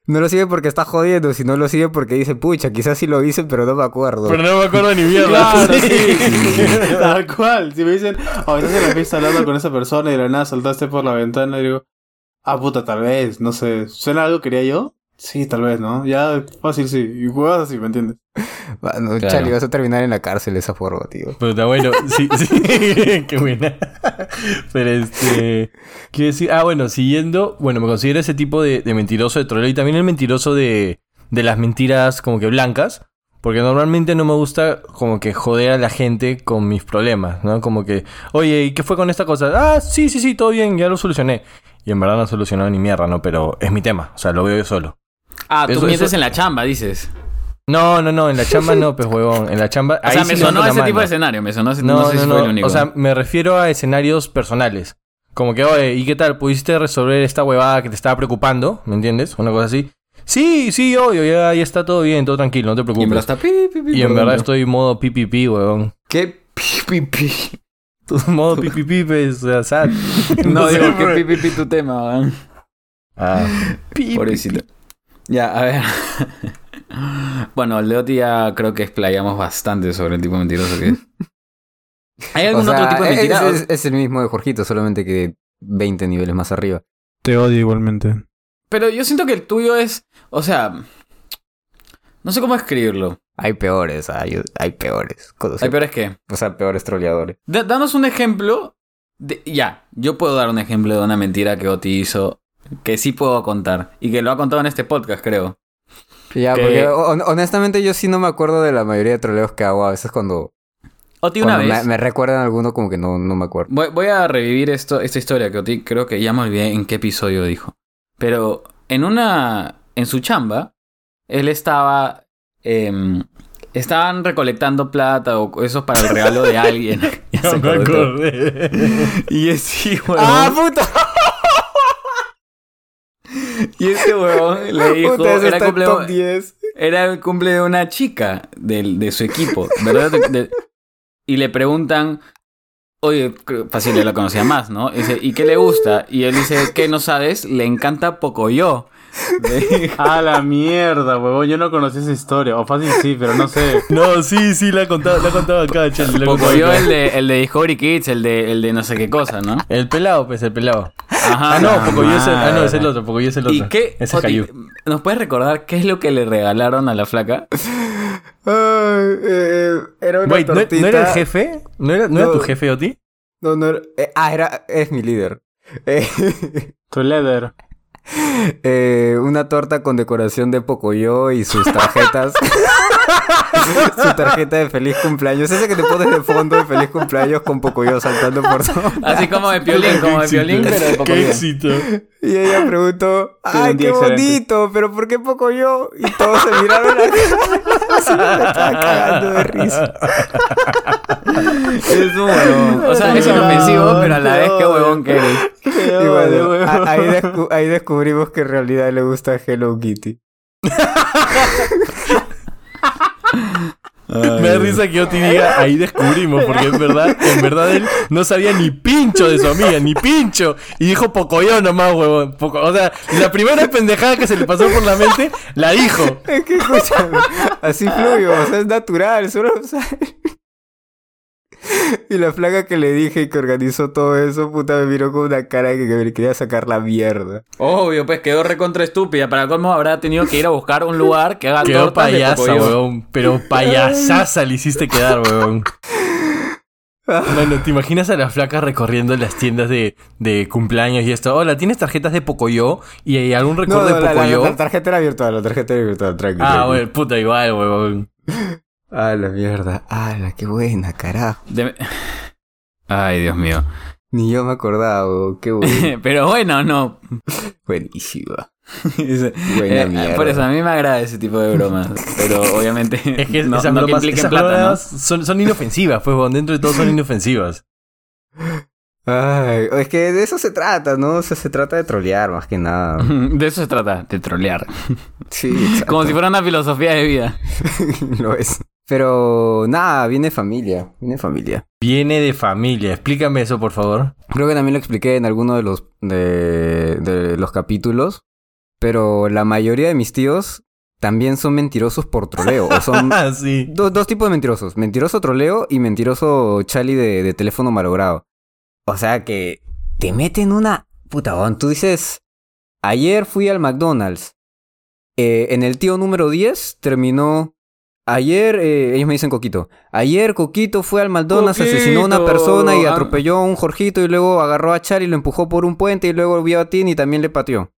B: No lo sigue porque está jodiendo, sino lo sigue porque dice, pucha, quizás sí lo hice, pero no me acuerdo.
C: Pero no me acuerdo ni mierda.
A: <laughs> Claro, sí. Tal cual. Si me dicen, oh, estás en la fiesta hablando con esa persona y de la nada saltaste por la ventana y digo, ah, puta, tal vez, no sé. ¿Suena algo que quería yo? Sí, tal vez, ¿no? Ya, fácil, sí. Y huevas así, ¿me entiendes?
B: Mano,
D: Claro.
B: Ah, Charlie, vas a terminar en la cárcel de esa forma, tío.
C: Puta, bueno, Pues, sí, <laughs> sí, qué buena. Pero este, quiero decir, ah, bueno, siguiendo, bueno, me considero ese tipo de, de mentiroso de troleo y también el mentiroso de, de las mentiras como que blancas, porque normalmente no me gusta como que joder a la gente con mis problemas, ¿no? Como que, oye, ¿y qué fue con esta cosa? Ah, sí, sí, sí, todo bien, ya lo solucioné. Y en verdad no he solucionado ni mierda, ¿no? Pero es mi tema, o sea, lo veo yo solo.
D: Ah, tú
C: Eso-
D: mientes
C: eso-
D: en la chamba, dices.
C: No, no, no, en la chamba no, pues huevón, en la chamba...
D: O sea,
C: ahí
D: me
C: sí
D: sonó
C: levanto la
D: ese tipo
C: mano.
D: de escenario, me sonó ese
C: No,
D: no, sé
C: no,
D: si
C: no.
D: fue el único.
C: O sea, me refiero a escenarios personales. Como que, oye, ¿y qué tal? ¿Pudiste resolver esta huevada que te estaba preocupando? ¿Me entiendes? Una cosa así. Sí, sí, obvio, ya, ya está todo bien, todo tranquilo, no te
D: y en verdad
C: preocupes.
D: está pi, pi, pi,
C: Y en
D: perdón,
C: verdad
D: yo.
C: estoy modo PPP, huevón. <laughs>
B: ¿Qué pipipi?
C: modo PPP, pues, o sea, sad.
D: <laughs>
C: <laughs>
D: No,
C: sé,
D: digo, que
C: bro.
D: pi, pi, pi tu tema, weón.
C: Ah. <laughs>
D: Pobrecito. Ya, a ver. <laughs> bueno, el de Oti ya creo que explayamos bastante sobre el tipo de mentiroso que es. <laughs> ¿Hay algún otro tipo de mentira?
B: Es, es- es el mismo de Jorgito, solamente que 20 niveles más arriba.
A: Te odio igualmente.
D: Pero yo siento que el tuyo es. O sea. No sé cómo escribirlo.
B: Hay peores, hay, hay peores. Conocí-
D: Hay peores que.
B: O sea, peores troleadores.
D: Da- danos un ejemplo. de- ya, yo puedo dar un ejemplo de una mentira que Oti hizo. Que sí puedo contar. Y que lo ha contado en este podcast, creo.
B: Ya,
D: Que-
B: porque hon- honestamente yo sí no me acuerdo de la mayoría de troleos que hago. A veces cuando,
D: Oti, una
B: cuando
D: vez.
B: me, me recuerdan alguno como que no, no me acuerdo.
D: Voy, voy a revivir esto, esta historia que Oti creo que ya me olvidé en qué episodio dijo. Pero en una. En su chamba, él estaba. em, estaban recolectando plata o eso para el regalo de
C: <laughs>
D: alguien. <laughs> Ya se
C: No me Ah,
D: acordó todo.
C: acordé.
D: Y es sí, huevón.
B: ¡Ah, puta!
D: Y este
C: <laughs>
D: huevón le dijo,
B: Puta, eso
D: era,
B: está en
D: cumple,
B: top 10.
D: era el cumple de una chica del- de, su equipo, ¿verdad? De- y le preguntan, oye, creo- Facilio la conocía más, ¿no? Y dice, ¿y qué le gusta? Y él dice, ¿qué no sabes? Le encanta Pocoyo. Le-
C: <laughs>
A: A la mierda, huevón. Yo no conocí esa historia. O fácil sí, pero no sé.
C: No, sí, sí, la contaba, la contaba acá, Charlie. La contaba
D: Pocoyo,
C: acá.
D: el de, el de Discovery Kids, el de, el de no sé qué cosa, ¿no?
C: El pelado, pues, el pelado.
D: Ajá,
C: Ah, no, Pocoyo es el, ah, no,
D: madre.
C: es el otro, Pocoyo es el otro.
D: ¿Y qué?
C: Ese es
D: Oti,
C: Cayu.
D: ¿Nos puedes recordar qué es lo que le regalaron a la flaca?
B: Ay, eh, era una
C: Wait, ¿no,
B: tortita.
C: no era el jefe? ¿No era, no era
B: No.
C: tu jefe, Oti?
B: No, no era- eh, ah, era... Es mi líder. <laughs> Eh,
A: Tu leather.
B: eh, una torta con decoración de Pocoyo y sus tarjetas. <laughs> Su tarjeta de feliz cumpleaños. Esa que te pones de fondo de feliz cumpleaños con Pocoyo saltando por todo.
D: Así como
C: <laughs>
D: de piolín, como de piolín, pero de
C: Qué
D: Pocoyo.
C: éxito.
B: Y
A: <laughs>
B: ella preguntó,
A: Pero
B: ¡ay,
A: un
B: qué
A: día excelente".
B: bonito! ¿Pero por qué poco yo? Y todos se miraron a cara. <laughs> Así me estaba cagando
A: <laughs>
B: de risa.
D: Es un
B: <laughs>
D: huevón. O sea, es inofensivo, pero a la vez qué huevón que eres.
A: Qué
B: Y bueno,
A: huevón.
B: a- ahí, descu- ahí descubrimos que en realidad le gusta Hello Kitty.
C: Me da risa que Oti diga, ahí descubrimos, porque en verdad, en verdad él no sabía ni pincho de su amiga, ni pincho. Y dijo Pocoyo nomás, huevón. Poco- o sea, la primera pendejada que se le pasó por la mente, la dijo.
B: Es que, escúchame, así fluyo, o sea, es natural, solo o sea, <laughs> Y la flaca que le dije y que organizó todo eso, puta, me miró con una cara que que me quería sacar la mierda.
D: Obvio, pues quedó recontra estúpida. Para cómo habrá tenido que ir a buscar un lugar que haga
C: Quedó
D: tortas de
C: payasa,
D: Pocoyo.
C: huevón. Pero payasaza le hiciste quedar, huevón. Mano, ¿te imaginas a la flaca recorriendo las tiendas de, de cumpleaños y esto? Hola, ¿tienes tarjetas de Pocoyo? ¿Y hay algún
B: No, no,
C: recuerdo
B: la,
C: de
B: la-
C: Pocoyo?
B: la tarjeta era virtual, la tarjeta era virtual, tranquilo.
C: Ah, bueno, puta, igual, huevón.
B: Ah, la mierda. Ah, la qué buena, carajo.
D: De- Ay, Dios mío.
B: Ni yo me acordaba, weón. qué
C: <laughs>
B: buena.
D: <laughs> Pero bueno, no.
B: Buenísima.
D: Dice,
B: Buena
D: eh,
B: mierda.
D: por eso a mí me agrada ese tipo de bromas. Pero obviamente
C: <laughs> Es que
D: no,
C: esas
D: no que
C: bromas,
D: impliquen
C: esas
D: plata, ¿no?
C: bromas son, son inofensivas, pues, huevón. Dentro de
D: <laughs>
C: todo son inofensivas.
B: Ay, es que de eso se trata, ¿no? O sea, se trata de trolear más que nada.
D: <laughs> De eso se trata, de trolear.
C: <laughs>
B: Sí, exacto.
D: Como si fuera una filosofía de vida.
B: <laughs> lo es. Pero nada, viene familia, viene familia.
C: Viene de familia. Explícame eso, por
D: <laughs>
C: favor.
B: Creo que también lo expliqué en alguno de los de, de los capítulos, pero la mayoría de mis tíos también son mentirosos por troleo o son
C: Ah, sí.
B: Dos, dos tipos de mentirosos. Mentiroso troleo y mentiroso chali de, de teléfono malogrado. O sea que te meten una... Puta, weón, tú dices... Ayer fui al McDonald's. Eh, en el tío número 10 terminó... Ayer, eh, ellos me dicen Coquito. Ayer Coquito fue al McDonald's, asesinó a una
D: Coquito,
B: persona y
D: ah.
B: atropelló a un Jorgito y luego agarró a Charlie, lo empujó por un puente y luego vio a Tin y también le pateó.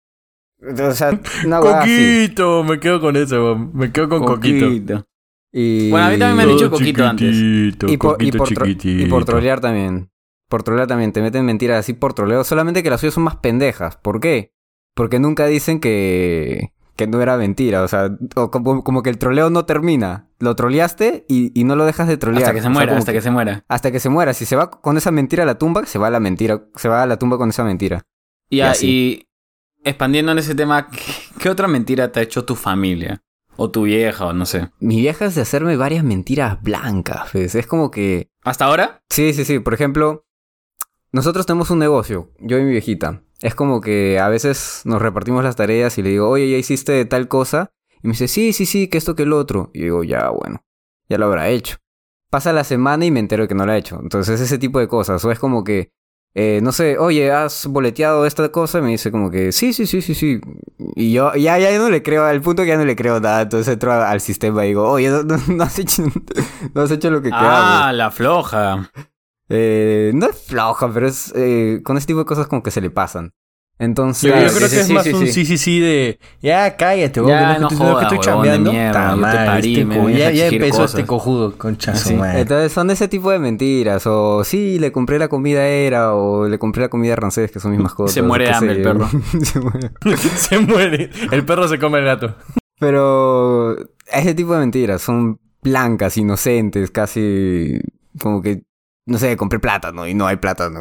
B: O sea, una huevada así.
C: Coquito, me quedo con eso, huevón. Me quedo con Coquito.
B: Y...
D: Bueno, a mí también me han
C: Todo
D: dicho Coquito antes.
C: chiquitito,
B: y por, y
C: Coquito
B: por tro-
C: chiquitito.
B: y por trolear también. Por trolear también, te meten mentiras así por troleo. Solamente que las suyas son más pendejas. ¿Por qué? Porque nunca dicen que, que no era mentira. O sea, o como, como que el troleo no termina. Lo troleaste y, y no lo dejas de trolear.
D: Hasta que
B: O
D: se
B: sea,
D: muera,
B: como
D: hasta que se muera.
B: hasta que se muera. Si se va con esa mentira a la tumba, se va a la mentira. Se va a la tumba con esa mentira.
D: Y,
B: Y
D: a-
B: así.
D: y expandiendo en ese tema, ¿qué, qué otra mentira te ha hecho tu familia? O tu vieja, o no sé.
B: Mi vieja es de hacerme varias mentiras blancas. pues. Es como que...
D: ¿Hasta ahora?
B: Sí, sí, sí. Por ejemplo, nosotros tenemos un negocio, yo y mi viejita. Es como que a veces nos repartimos las tareas y le digo, oye, ya hiciste tal cosa. Y me dice, sí, sí, sí, que esto, que el otro. Y digo, ya, bueno, ya lo habrá hecho. Pasa la semana y me entero que no lo ha hecho. Entonces, ese tipo de cosas. O es como que, eh, no sé, oye, has boleteado esta cosa. Y me dice como que, sí, sí, sí, sí, sí. Y yo ya, ya no le creo, al punto que ya no le creo nada. Entonces entro a- al sistema y digo, oye, no, no- no has, hecho, <laughs> no has hecho lo que quedamos.
D: Ah, la floja.
B: Eh, no es floja, pero es eh, con ese tipo de cosas como que se le pasan. Entonces,
C: Yo, yo
D: Claro,
C: creo
D: sí,
C: que
D: sí,
C: es
D: sí,
C: más
D: sí,
C: un
D: sí.
C: sí, sí, sí de ya cállate,
D: Ya,
C: huevón, que
D: no
C: estoy- que
D: jodas,
C: estoy
D: huevón, de
C: chambeando.
D: mierda,
C: Ta
D: yo te
C: madre,
D: parí,
C: este
D: me
C: cu-
D: vienes a
C: ya, ya
D: exigir
C: empezó
D: cosas.
C: este cojudo, concha su
D: Sí. <laughs>
C: madre.
B: entonces son ese tipo de mentiras. O sí, le compré la comida a Era o le compré la comida a Rancés, que son mis mascotas.
D: Se muere
B: qué
D: de hambre
B: sé
D: el
B: yo.
D: perro.
B: <laughs> Se muere.
C: <laughs> se muere. El perro se come al gato.
B: Pero ese tipo de mentiras son blancas, inocentes, casi como que, no sé, compré plátano y no hay plátano.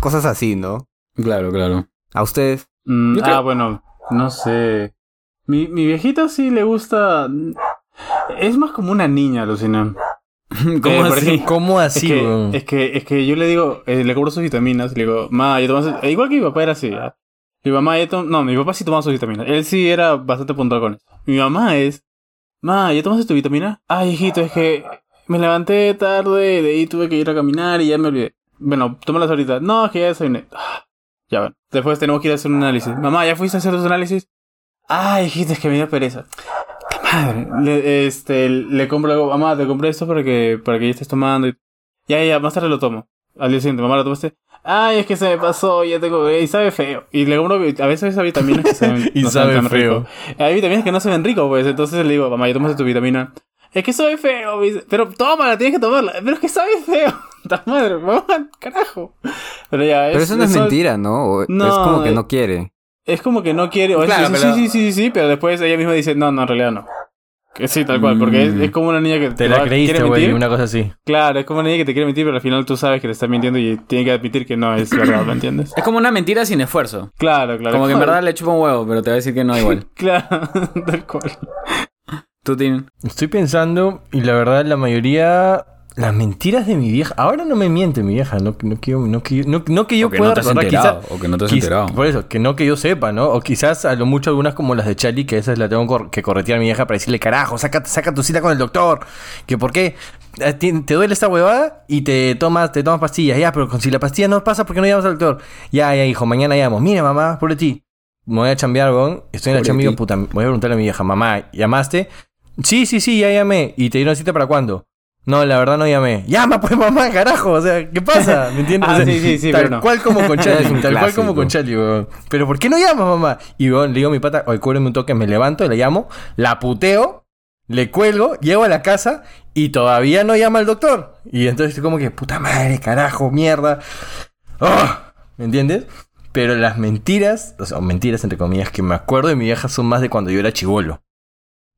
B: Cosas así, ¿no?
D: Claro, <laughs> claro.
B: A ustedes.
A: Mm,
D: Yo
A: ah,
D: creo-
A: bueno. No sé. Mi, mi viejita sí le gusta. Es más como una niña, alucinón.
D: ¿Cómo
C: Eh,
A: por
D: así?
A: ejemplo,
C: ¿Cómo
A: Es
C: así,
A: que,
C: weón?
A: es, que, es que yo le digo, eh, le cobro sus vitaminas, le digo, ma, yo tomo eh, Igual que mi papá era así, ¿ah? Mi mamá, ya tom- no, mi papá sí tomaba sus vitaminas. Él sí era bastante puntual con eso. Mi mamá es, ma, ¿ya tomaste tu vitamina? Ay, hijito, es que me levanté tarde, de ahí tuve que ir a caminar y ya me olvidé. Bueno, tómalas ahorita. No, es que ya desayuné. Ah, Ya, bueno. Después tenemos que ir a hacer un análisis. Mamá, ¿ya fuiste a hacer tus análisis? Ay, hijito, es que me dio pereza. ¡Ta madre! Le, este, le compro algo. Mamá, te compré esto para que, para que ya estés tomando. y- Ya, ya, más tarde lo tomo. Al día siguiente, mamá, ¿lo tomaste? Ay, es que se me pasó, ya tengo... Y sabe feo. Y le compro... vi- A veces hay vitaminas que
B: <laughs>
A: se ven-
C: Y
A: no se ven
C: sabe
A: tan
C: feo.
A: rico. Hay vitaminas que no se ven rico, pues. Entonces le digo, mamá, ya tomaste tu vitamina. Es que sabe feo. me dice, Pero tómala, tienes que tomarla. Pero es que sabe feo. <laughs> Ta madre, mamá, carajo. Pero ya,
B: Pero eso no es mentira, ¿no? O-
A: No,
B: es como que
A: eh,
B: no quiere.
A: es como que no quiere. O es-
D: Claro,
A: sí,
D: pero-
A: sí, sí, sí, sí, sí, pero después ella misma dice, no, no, en realidad no. Que sí, tal cual, porque es,
D: Mm.
A: es como una niña que
C: Te la
A: va-
C: creíste,
A: quiere
C: güey,
A: mentir.
C: una cosa así.
A: Claro, es como una niña que te quiere mentir, pero al final tú sabes que te está mintiendo y tiene que admitir que no es verdad, ¿me entiendes?
D: Es como una mentira sin esfuerzo.
A: Claro, claro.
D: Como que en verdad le chupa un huevo, pero te va a decir que
C: <laughs>
D: no igual.
A: <laughs> Claro, tal cual.
D: Tú, Tim.
C: Estoy pensando, y la verdad, la mayoría. Las mentiras de mi vieja. Ahora no me miente mi vieja. No, no, quiero- no, que yo- no, no que yo
D: O que
C: pueda
D: no te has
C: recordar, quizá-
D: enterado. O que no te has
C: Quiz-
D: enterado.
C: Por eso, que no que yo sepa, ¿no? O quizás a lo mucho algunas como las de Chali, que esas la tengo cor- que corretear a mi vieja para decirle, carajo, saca, saca tu cita con el doctor. Que por qué eh, ti- te duele esta huevada y te tomas, te tomas pastillas. Ya, pero con- si la pastilla no pasa, ¿por qué no llamas al doctor? Ya, ya, hijo, mañana llamo. Mira, mamá, pobre ti. Me voy a chambear, weón. Estoy en la
D: Pobre
C: chamba y digo,
D: ti.
C: puta, voy a preguntarle a mi vieja, mamá, ¿llamaste? Sí, sí, sí, ya llamé. ¿Y te dieron cita para cuándo? No, la verdad no llamé. Llama pues mamá, carajo. O sea,
A: <laughs>
C: ¿qué pasa? ¿Me entiendes?
A: Ah,
C: O sea,
A: sí, sí, sí,
C: Tal
A: pero no.
C: cual como
A: <laughs>
C: con Charlie,
B: Es un
C: tal cual
B: clásico.
C: como con Charlie, weón. Pero ¿por qué no llamas, mamá? Y weón, le digo a mi pata, oye, cúbreme un toque, me levanto, le llamo, la puteo, le cuelgo, llego a la casa y todavía no llama el doctor. Y entonces estoy como que, puta madre, carajo, mierda. ¡Ah! ¿Me entiendes? Pero las mentiras, o sea, mentiras entre comillas, que me acuerdo de mi vieja son más de cuando yo era chivolo.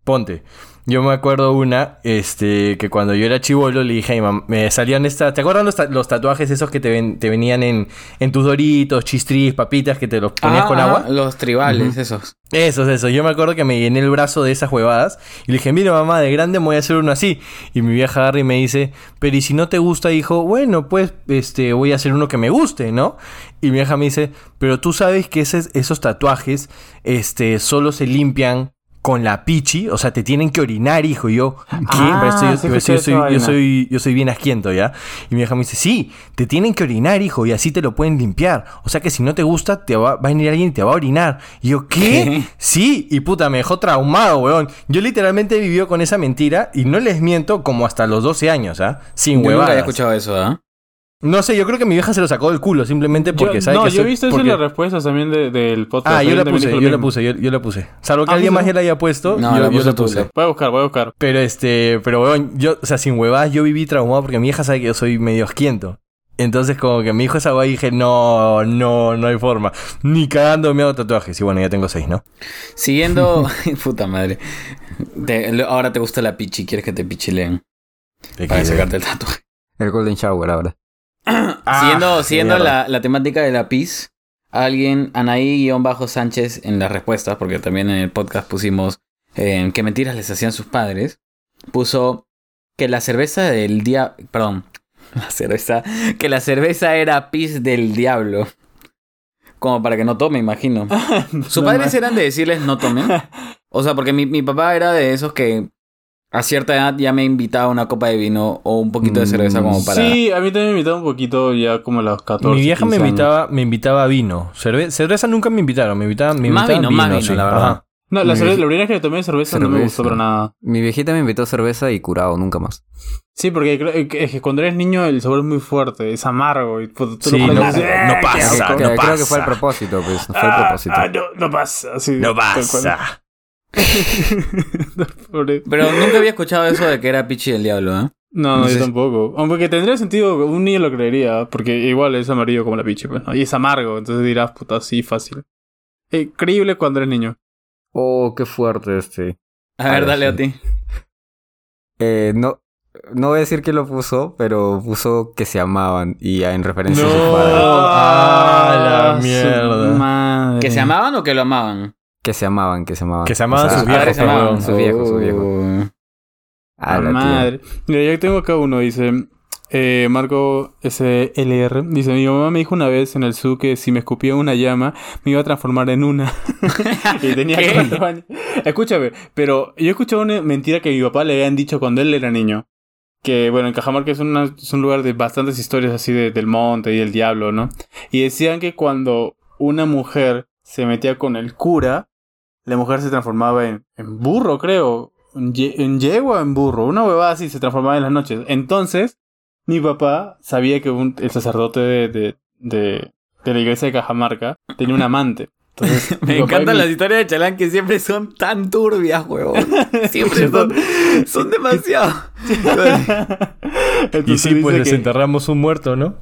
C: Ponte. Yo me acuerdo una, este, que cuando yo era chivolo le dije a mi mamá, me salían estas, ¿te acuerdas los, ta- los tatuajes esos que te, ven- te venían en, en tus doritos, chistris, papitas, que te los ponías
D: Ah,
C: con agua?
D: Los tribales, esos.
C: Eso es eso. Yo me acuerdo que me llené el brazo de esas huevadas y le dije, mira mamá, de grande me voy a hacer uno así. Y mi vieja Harry me dice, pero y si no te gusta, hijo, bueno, pues este, voy a hacer uno que me guste, ¿no? Y mi vieja me dice, pero tú sabes que ese- esos tatuajes este, solo se limpian con la pichi, o sea, te tienen que orinar, hijo. Y yo, ¿qué?
A: Ah,
C: Pero esto yo-
A: sí
C: pero esto
A: escuché
C: yo
A: esa
C: soy- yo
A: vaina.
C: soy soy- yo soy bien asquiento, ¿ya? Y mi vieja me dice, sí, te tienen que orinar, hijo, y así te lo pueden limpiar. O sea que si no te gusta, te va, va a venir alguien y te va a orinar. Y yo, ¿qué?
D: ¿Qué?
C: Sí, y puta, me dejó traumado, weón. Yo literalmente he vivido con esa mentira, y no les miento, como hasta los 12 años, ¿ah? Sin
D: Yo nunca había
C: huevadas.
D: escuchado eso, ¿ah?
C: No sé, yo creo que mi vieja se lo sacó del culo, simplemente porque
A: Yo-
C: sabe
A: no,
C: que
A: yo he
C: soy-
A: visto eso
C: porque-
A: en las respuestas también de- del podcast.
C: Ah, yo
A: Alguien
C: la
A: también
C: puse,
A: dijo
C: yo
A: lo
C: la
A: mismo.
C: puse, yo, yo la puse. Salvo que
A: Ah,
C: alguien
A: ¿puso?
C: más ya la haya puesto,
D: No,
C: yo,
D: la
C: yo
D: puse
C: la
D: tú,
C: puse.
D: la-
A: Voy a buscar, voy a buscar.
C: Pero este, pero weón, yo, o sea, sin huevadas, yo viví traumado porque mi hija sabe que yo soy medio esquiento. Entonces, como que me dijo esa hueá y dije, no, no, no hay forma. Ni cagando me hago tatuajes. Y bueno, ya tengo seis, ¿no? <laughs>
D: Siguiendo. <laughs> Puta madre. Te- lo- ahora te gusta la pichi, quieres que te pichileen
C: Te
D: para
C: quiero.
D: sacarte el tatuaje.
B: El Golden Shower ahora.
C: Ah,
D: siguiendo siguiendo
C: mierda.
D: la, la temática de la pis, alguien, Anaí-Sánchez, en las respuestas, porque también en el podcast pusimos eh, qué mentiras les hacían sus padres, puso que la cerveza del día. Perdón. <laughs> La cerveza. Que la cerveza era pis del diablo. Como para que no tome, imagino.
A: <laughs>
D: Sus
A: No
D: padres
A: más.
D: eran de decirles no
A: <laughs>
D: tomen. O sea, porque mi, mi papá era de esos que a cierta edad ya me invitaba a una copa de vino o un poquito de cerveza como para...
A: Mm, Sí, a mí también me invitaron un poquito ya como a los 14.
C: Mi vieja me
A: 15 años.
C: invitaba, me invitaba a vino. Cerve- cerveza nunca me invitaron, me invitaban, me
D: Más
C: invitaban
D: vino, más vino, la verdad.
C: Ajá.
A: No, la,
B: Mi
A: cerve-
B: vieja-
A: la primera vez que tomé cerveza, no me
B: Cerveza.
A: gustó para nada.
B: Mi viejita me invitó cerveza y curado, nunca más.
A: Sí, porque creo- eh, que- es que cuando eres niño el sabor es muy fuerte, es amargo. Y pues, tú tú
C: Sí,
A: lo
C: no-
A: pruebas y dices,
C: no
A: "Eh, qué
C: pasa,
A: rico".
C: no
B: creo
C: pasa.
B: que fue el propósito, pues. Fue el
A: Ah,
B: propósito.
A: ah, no, no pasa. sí,
C: No
A: tal cual. <laughs>
C: pasa.
A: Pobre-
D: Pero nunca había escuchado eso de que era pichi del diablo, ¿eh?
A: No, no,
D: Entonces-
A: yo tampoco. Aunque tendría sentido, un niño lo creería, porque igual es amarillo como la piche, pues, ¿no? Y es amargo, entonces dirás, puta, sí, fácil. Increíble cuando eres niño.
B: Oh, qué fuerte este.
D: A ver,
B: Ahora
D: dale
B: sí.
D: a ti.
B: Eh, no, no voy a decir que lo puso, pero puso que se amaban y en referencia a
C: No.
B: sus padres.
C: Ah, la
A: su
C: mierda.
A: madre.
D: ¿Que se amaban o que lo amaban?
B: Que se amaban, que se amaban.
C: Que se amaban
B: O sea,
C: sus
B: ah,
C: viejos,
B: se amaban
C: huevón.
B: sus viejos, sus viejos.
A: Uh.
B: A
A: Ah,
B: la madre.
A: madre. Mira, yo tengo acá uno, dice. eh, Marco SLR dice: Mi mamá me dijo una vez en el zoo que si me escupía una llama, me iba a transformar en una. <laughs> y tenía
D: ¿Qué?
A: cuatro años. Escúchame, pero yo he escuchado una mentira que a mi papá le habían dicho cuando él era niño. Que bueno, en Cajamarca es, una- es un lugar de bastantes historias así de- del monte y el diablo, ¿no? Y decían que cuando una mujer se metía con el cura, la mujer se transformaba en, en burro, creo. En, ye- en yegua, en burro. Una huevada así se transformaba en las noches. Entonces, mi papá sabía que un- el sacerdote de, de, de- de la iglesia de Cajamarca tenía un amante.
D: <laughs>
A: Entonces,
D: Me
A: mi papá y
D: encantan
A: mi-
D: las historias de Chalán que siempre son tan turbias, huevón.
A: <laughs>
D: Siempre son, <laughs> son demasiado.
A: Entonces
C: Y sí, pues
A: dice
C: les
A: que-
C: enterramos un muerto, ¿no?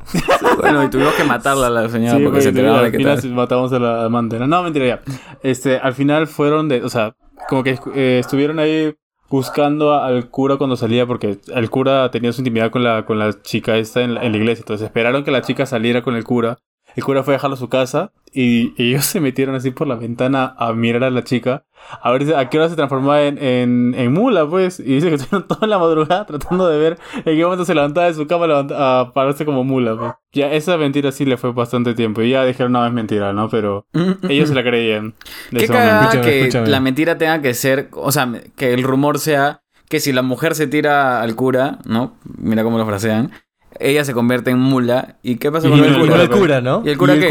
D: Bueno, y tuvimos que matarla a la señora
A: Sí,
D: porque se
A: porque
D: enteraba de
A: al
D: que
A: final
D: tal.
A: matamos a la amante. No, No, mentira, ya. Este, al final fueron de, o sea, como que eh, estuvieron ahí buscando a- al cura cuando salía porque el cura tenía su intimidad con la, con la chica esta en la, en la iglesia. Entonces esperaron que la chica saliera con el cura. El cura fue a dejarlo a su casa y, y ellos <laughs> se metieron así por la ventana a mirar a la chica. A ver si- a qué hora se transformaba en, en, en mula, pues. Y dice que estuvieron <laughs> toda la madrugada tratando de ver en qué momento se levantaba de su cama levant- a pararse como mula, pues. Ya esa mentira sí le fue bastante tiempo. Y ya dijeron, no, es mentira, ¿no? Pero ellos se la creían. de
D: Mm, Qué
A: ese momento.
D: cagada
C: Escúchame,
D: que
C: escúchame.
D: la mentira tenga que ser, o sea, que el rumor sea que si la mujer se tira al cura, ¿no? Mira cómo lo frasean. Ella se convierte en mula. ¿Y qué pasa
A: Y
D: con
A: el
D: el
A: cura,
D: cura?
C: el cura, ¿no?
D: ¿Y el cura qué?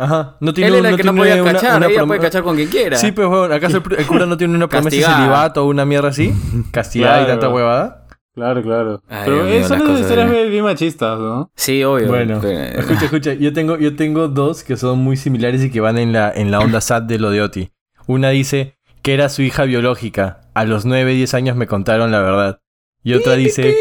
C: Ajá. No tiene,
D: Él era el
C: no
D: que no
C: tiene
D: podía
C: una-
D: cachar,
C: una
D: ella
C: prom-
D: puede cachar con quien quiera.
C: Sí, pues, huevón, ¿acaso el, el cura no tiene una promesa de
D: Castigada.
C: celibato o una
D: <laughs>
C: mierda así? Castigada y
A: Claro.
C: tanta huevada.
A: Claro, claro.
D: Ay,
A: Pero
D: Dios mío,
A: eh, son
D: las
A: esas
D: cosas
A: historias
D: de-
A: bien- bien machistas, ¿no?
D: Sí, obvio.
C: Bueno,
D: Pero- eh.
C: escucha, escucha, yo tengo, yo tengo dos que son muy similares y que van en la, en la onda sad de lo de Oti. Una dice que era su hija biológica. A los 9, 10 años me contaron la verdad. Y otra dice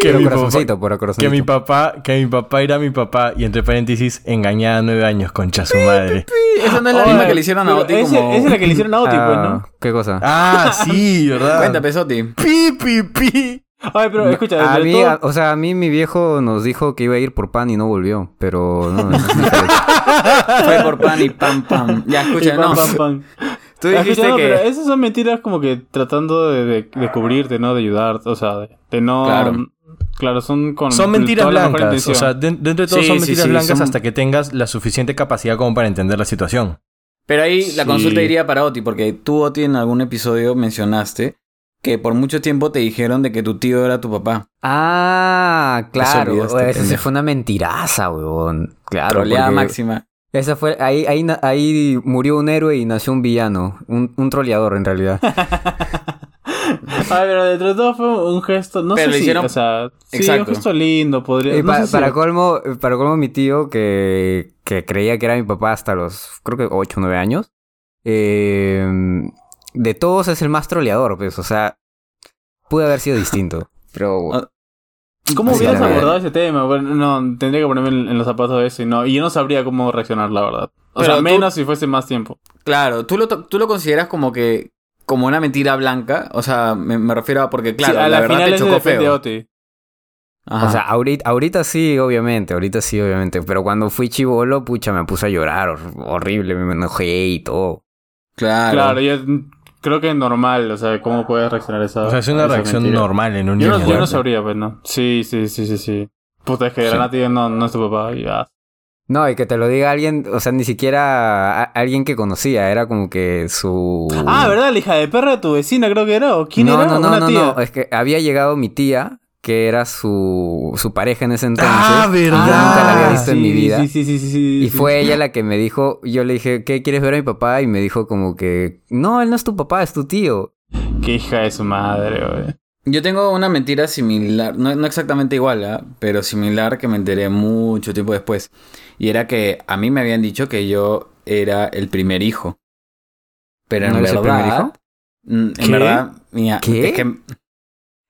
C: que
B: Por
C: mi, papá,
B: corazoncito, por
C: que
B: corazoncito.
C: mi papá, que mi papá era mi papá, y entre paréntesis, engañada a 9 años, concha su madre.
D: <laughs> Esa no es la
A: Oye,
D: misma que le hicieron a
A: pero
D: Oti
A: ese-
D: como...
A: Esa es la que le hicieron a Oti, pues,
B: Ah,
A: ¿no?
B: ¿Qué cosa?
C: Ah, sí,
D: <laughs>
C: ¿verdad?
D: Cuéntame, Oti.
C: Pi, pi, pi.
D: Ah.
A: Ay, pero escucha,
B: a
A: dentro de
B: mí,
A: todo-
B: a- o sea, a mí mi viejo nos dijo que iba a ir por pan y no volvió, pero no, no, no, no.
D: Fue por pan y pam, pam. Ya,
A: y
D: escucha,
A: pam,
D: no.
A: pam, pam.
D: <laughs> Tú
A: Ah, escucha,
D: dijiste
A: no, pero
D: que...
A: esas son mentiras como que tratando de, de- de cubrirte, ¿no? De ayudarte, o sea, de, de no...
D: Claro.
A: Claro. son con...
C: Son mentiras
A: toda la mejor
C: blancas. O
A: intención.
C: sea, den- dentro de todo
D: Sí,
C: son
D: sí,
C: mentiras
D: sí,
C: blancas
D: son-
C: hasta que tengas la suficiente capacidad como para entender la situación.
D: Pero ahí la
A: Sí.
D: consulta iría para Oti, porque tú, Oti, en algún episodio mencionaste que por mucho tiempo te dijeron de que tu tío era tu papá.
B: Ah, claro.
D: olvidaste,
B: Esa sí
D: pendejo.
B: fue una mentiraza, weón. Claro.
D: Troleada
B: porque
D: máxima.
B: Esa fue. Ahí, ahí, na- ahí murió un héroe y nació un villano. Un, un troleador, en realidad.
A: Ay, Ah, pero dentro de todo fue un gesto, no sé
D: Pero lo
A: si,
D: hicieron-
A: o sea, sí,
D: Exacto.
A: un gesto lindo, podría...
B: Y
A: no
B: pa-
A: sé si-
B: para, colmo, para colmo, mi tío, que, que creía que era mi papá hasta los, creo que 8 o 9 años, eh, de todos es el más troleador, pues, o sea, pudo haber sido distinto. Pero,
A: ¿Cómo
B: Así
A: hubieras
B: era.
A: abordado ese tema? Bueno, no, tendría que ponerme en, en los zapatos de eso y no, y yo no sabría cómo reaccionar, la verdad. O
D: Pero
A: sea,
D: tú-
A: menos si fuese más tiempo.
D: Claro, tú lo, to- tú lo consideras como que... Como una mentira blanca. O sea, me, me refiero a... Porque, claro,
A: Sí, a
D: la,
A: la,
D: verdad
A: final
D: te
A: ese
D: chocó
A: depende de
D: feo.
A: Oti.
D: Ajá.
B: o sea, ahorita, ahorita sí, obviamente, ahorita sí, obviamente, pero cuando fui chivolo, pucha, me puse a llorar, hor- horrible, me enojé y todo.
D: claro.
A: Claro, yo creo que es normal, o sea, cómo puedes reaccionar a esa
C: O sea, es
A: a
C: una
A: esa
C: reacción
A: mentira.
C: normal en un
A: Yo
C: niño.
A: no, yo no
C: <laughs>
A: sabría, pues, ¿no? Sí, sí, sí, sí, sí. Puta, es que Granati no, no es tu papá, ya.
B: No, y que te lo diga alguien, o sea, ni siquiera a- alguien que conocía, era como que su...
A: Ah, ¿verdad? La hija de perra de tu vecina creo que era, ¿o quién
B: no,
A: era?
B: No, no,
A: Una
B: no,
A: tía.
B: no. Es que había llegado mi tía, que era su, su pareja en ese entonces.
C: Ah, verdad.
B: nunca la había visto en
A: sí,
B: mi vida.
A: Sí, sí, sí, sí, sí,
B: Y
A: sí.
B: fue ella la que me dijo, yo le dije, ¿qué quieres ver a mi papá? Y me dijo como que, no, él no es tu papá, es tu tío.
A: Qué hija de su madre, güey.
D: Yo tengo una mentira similar, no, no exactamente igual, ¿ah? pero similar que me enteré mucho tiempo después. Y era que a mí me habían dicho que yo era el primer hijo. Pero en
B: ¿No eres el
D: verdad,
B: primer hijo?
D: mm, en
A: ¿Qué?
D: verdad, mira,
B: ¿Qué?
D: es que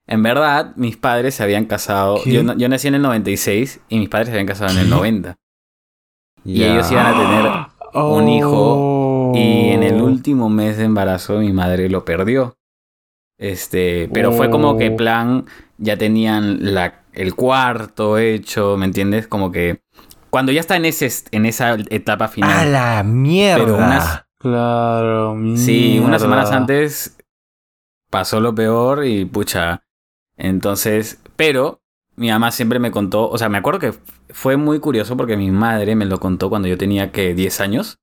D: en verdad mis padres se habían casado.
A: ¿Qué?
D: Yo, na- yo nací en el 96 y mis padres se habían casado en el 90. Y
B: Ya.
D: ellos iban a tener
A: Oh,
D: Un hijo y en el último mes de embarazo mi madre lo perdió. Este, pero fue como que
A: Oh.
D: plan, ya tenían la, el cuarto hecho, ¿me entiendes? Como que cuando ya está en, ese, est- en esa etapa
C: ¡A
D: final.
C: la mierda!
D: Pero unas-
A: Claro, mierda. Eh,
D: Sí, unas semanas antes pasó lo peor y pucha. Entonces, pero mi mamá siempre me contó, o sea, me acuerdo que fue muy curioso porque mi madre me lo contó cuando yo tenía que 10 años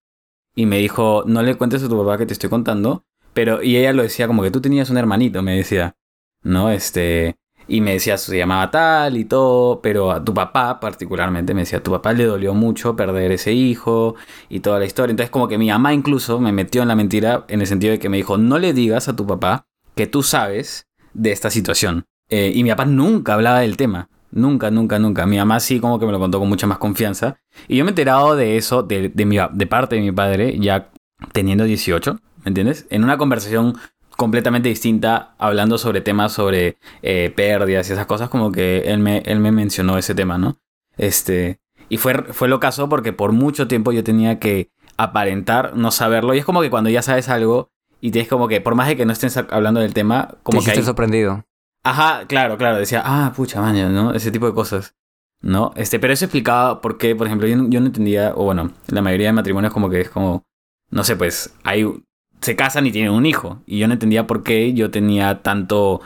D: y me dijo, no le cuentes a tu papá que te estoy contando, pero y ella lo decía como que tú tenías un hermanito, me decía, ¿no? Este, y me decía, se llamaba tal y todo, pero a tu papá particularmente me decía, tu papá le dolió mucho perder ese hijo y toda la historia. Entonces como que mi mamá incluso me metió en la mentira en el sentido de que me dijo, no le digas a tu papá que tú sabes de esta situación. Eh, y mi papá nunca hablaba del tema. Nunca, nunca, nunca. Mi mamá sí como que me lo contó con mucha más confianza. Y yo me he enterado de eso de, de, mi, de parte de mi padre ya teniendo 18, ¿me entiendes? En una conversación completamente distinta, hablando sobre temas sobre eh, pérdidas y esas cosas, como que él me, él me mencionó ese tema, ¿no? Este, y fue, fue lo caso porque por mucho tiempo yo tenía que aparentar no saberlo. Y es como que cuando ya sabes algo y te es como que, por más de que no estés hablando del tema, como
B: te
D: que...
B: hiciste
D: hay-
B: sorprendido.
D: Ajá, claro, claro. Decía, ah, pucha, maña, ¿no? Ese tipo de cosas. ¿No? Este, pero eso explicaba por qué, por ejemplo, yo no, yo no entendía, o bueno, la mayoría de matrimonios como que es como, no sé, pues, hay, se casan y tienen un hijo. Y yo no entendía por qué yo tenía tanto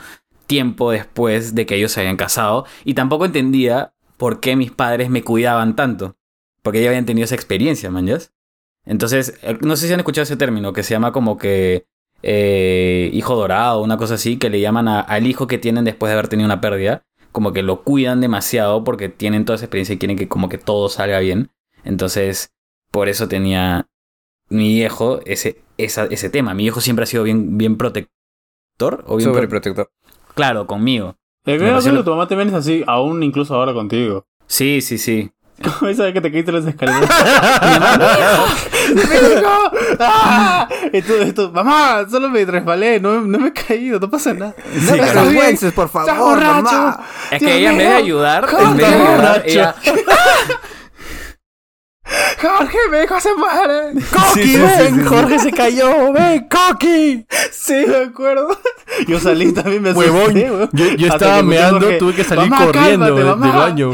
D: tiempo después de que ellos se habían casado. Y tampoco entendía por qué mis padres me cuidaban tanto. Porque ya habían tenido esa experiencia, mañas. Entonces, eh, no sé si han escuchado ese término que se llama como que eh, hijo dorado, una cosa así, que le llaman a- al hijo que tienen después de haber tenido una pérdida, como que lo cuidan demasiado porque tienen toda esa experiencia y quieren que como que todo salga bien. Entonces, por eso tenía mi viejo ese, esa- ese tema. Mi hijo siempre ha sido bien, bien protector o bien pro-
B: Sobreprotector.
D: claro, conmigo.
A: El
D: Me
A: creo
D: pareció
A: que
D: lo-
A: tu mamá también es así, aún incluso ahora contigo. <laughs>
D: Sí, sí, sí.
A: ¿Cómo sabes que te caíste las escaleras? ¡Ah! Y tú, y tú, mamá, solo me resbalé, no, no me he caído, no pasa nada.
B: <laughs> No me
A: claro.
B: avergüences, por
A: Estás
B: favor,
A: borracho.
B: mamá.
D: Es
A: Dios
D: que ella en vez de
A: mío.
D: ayudar,
A: ¿Cómo
D: en vez de
A: estás
D: ayudar,
A: borracho?
D: ella-
A: Jorge, mi hijo se muere.
B: ¡Coqui, ven! ¡Jorge se cayó! ¡Ven, Coqui!
A: Sí, me acuerdo. Yo salí también, me asusté,
C: Huevón,
A: huevón.
C: yo, yo
A: Hasta
C: estaba
A: que escuché a
C: meando,
A: Jorge,
C: tuve que salir
A: "Mamá,
C: corriendo
A: cálmate,
C: de- del
A: mamá".
C: baño.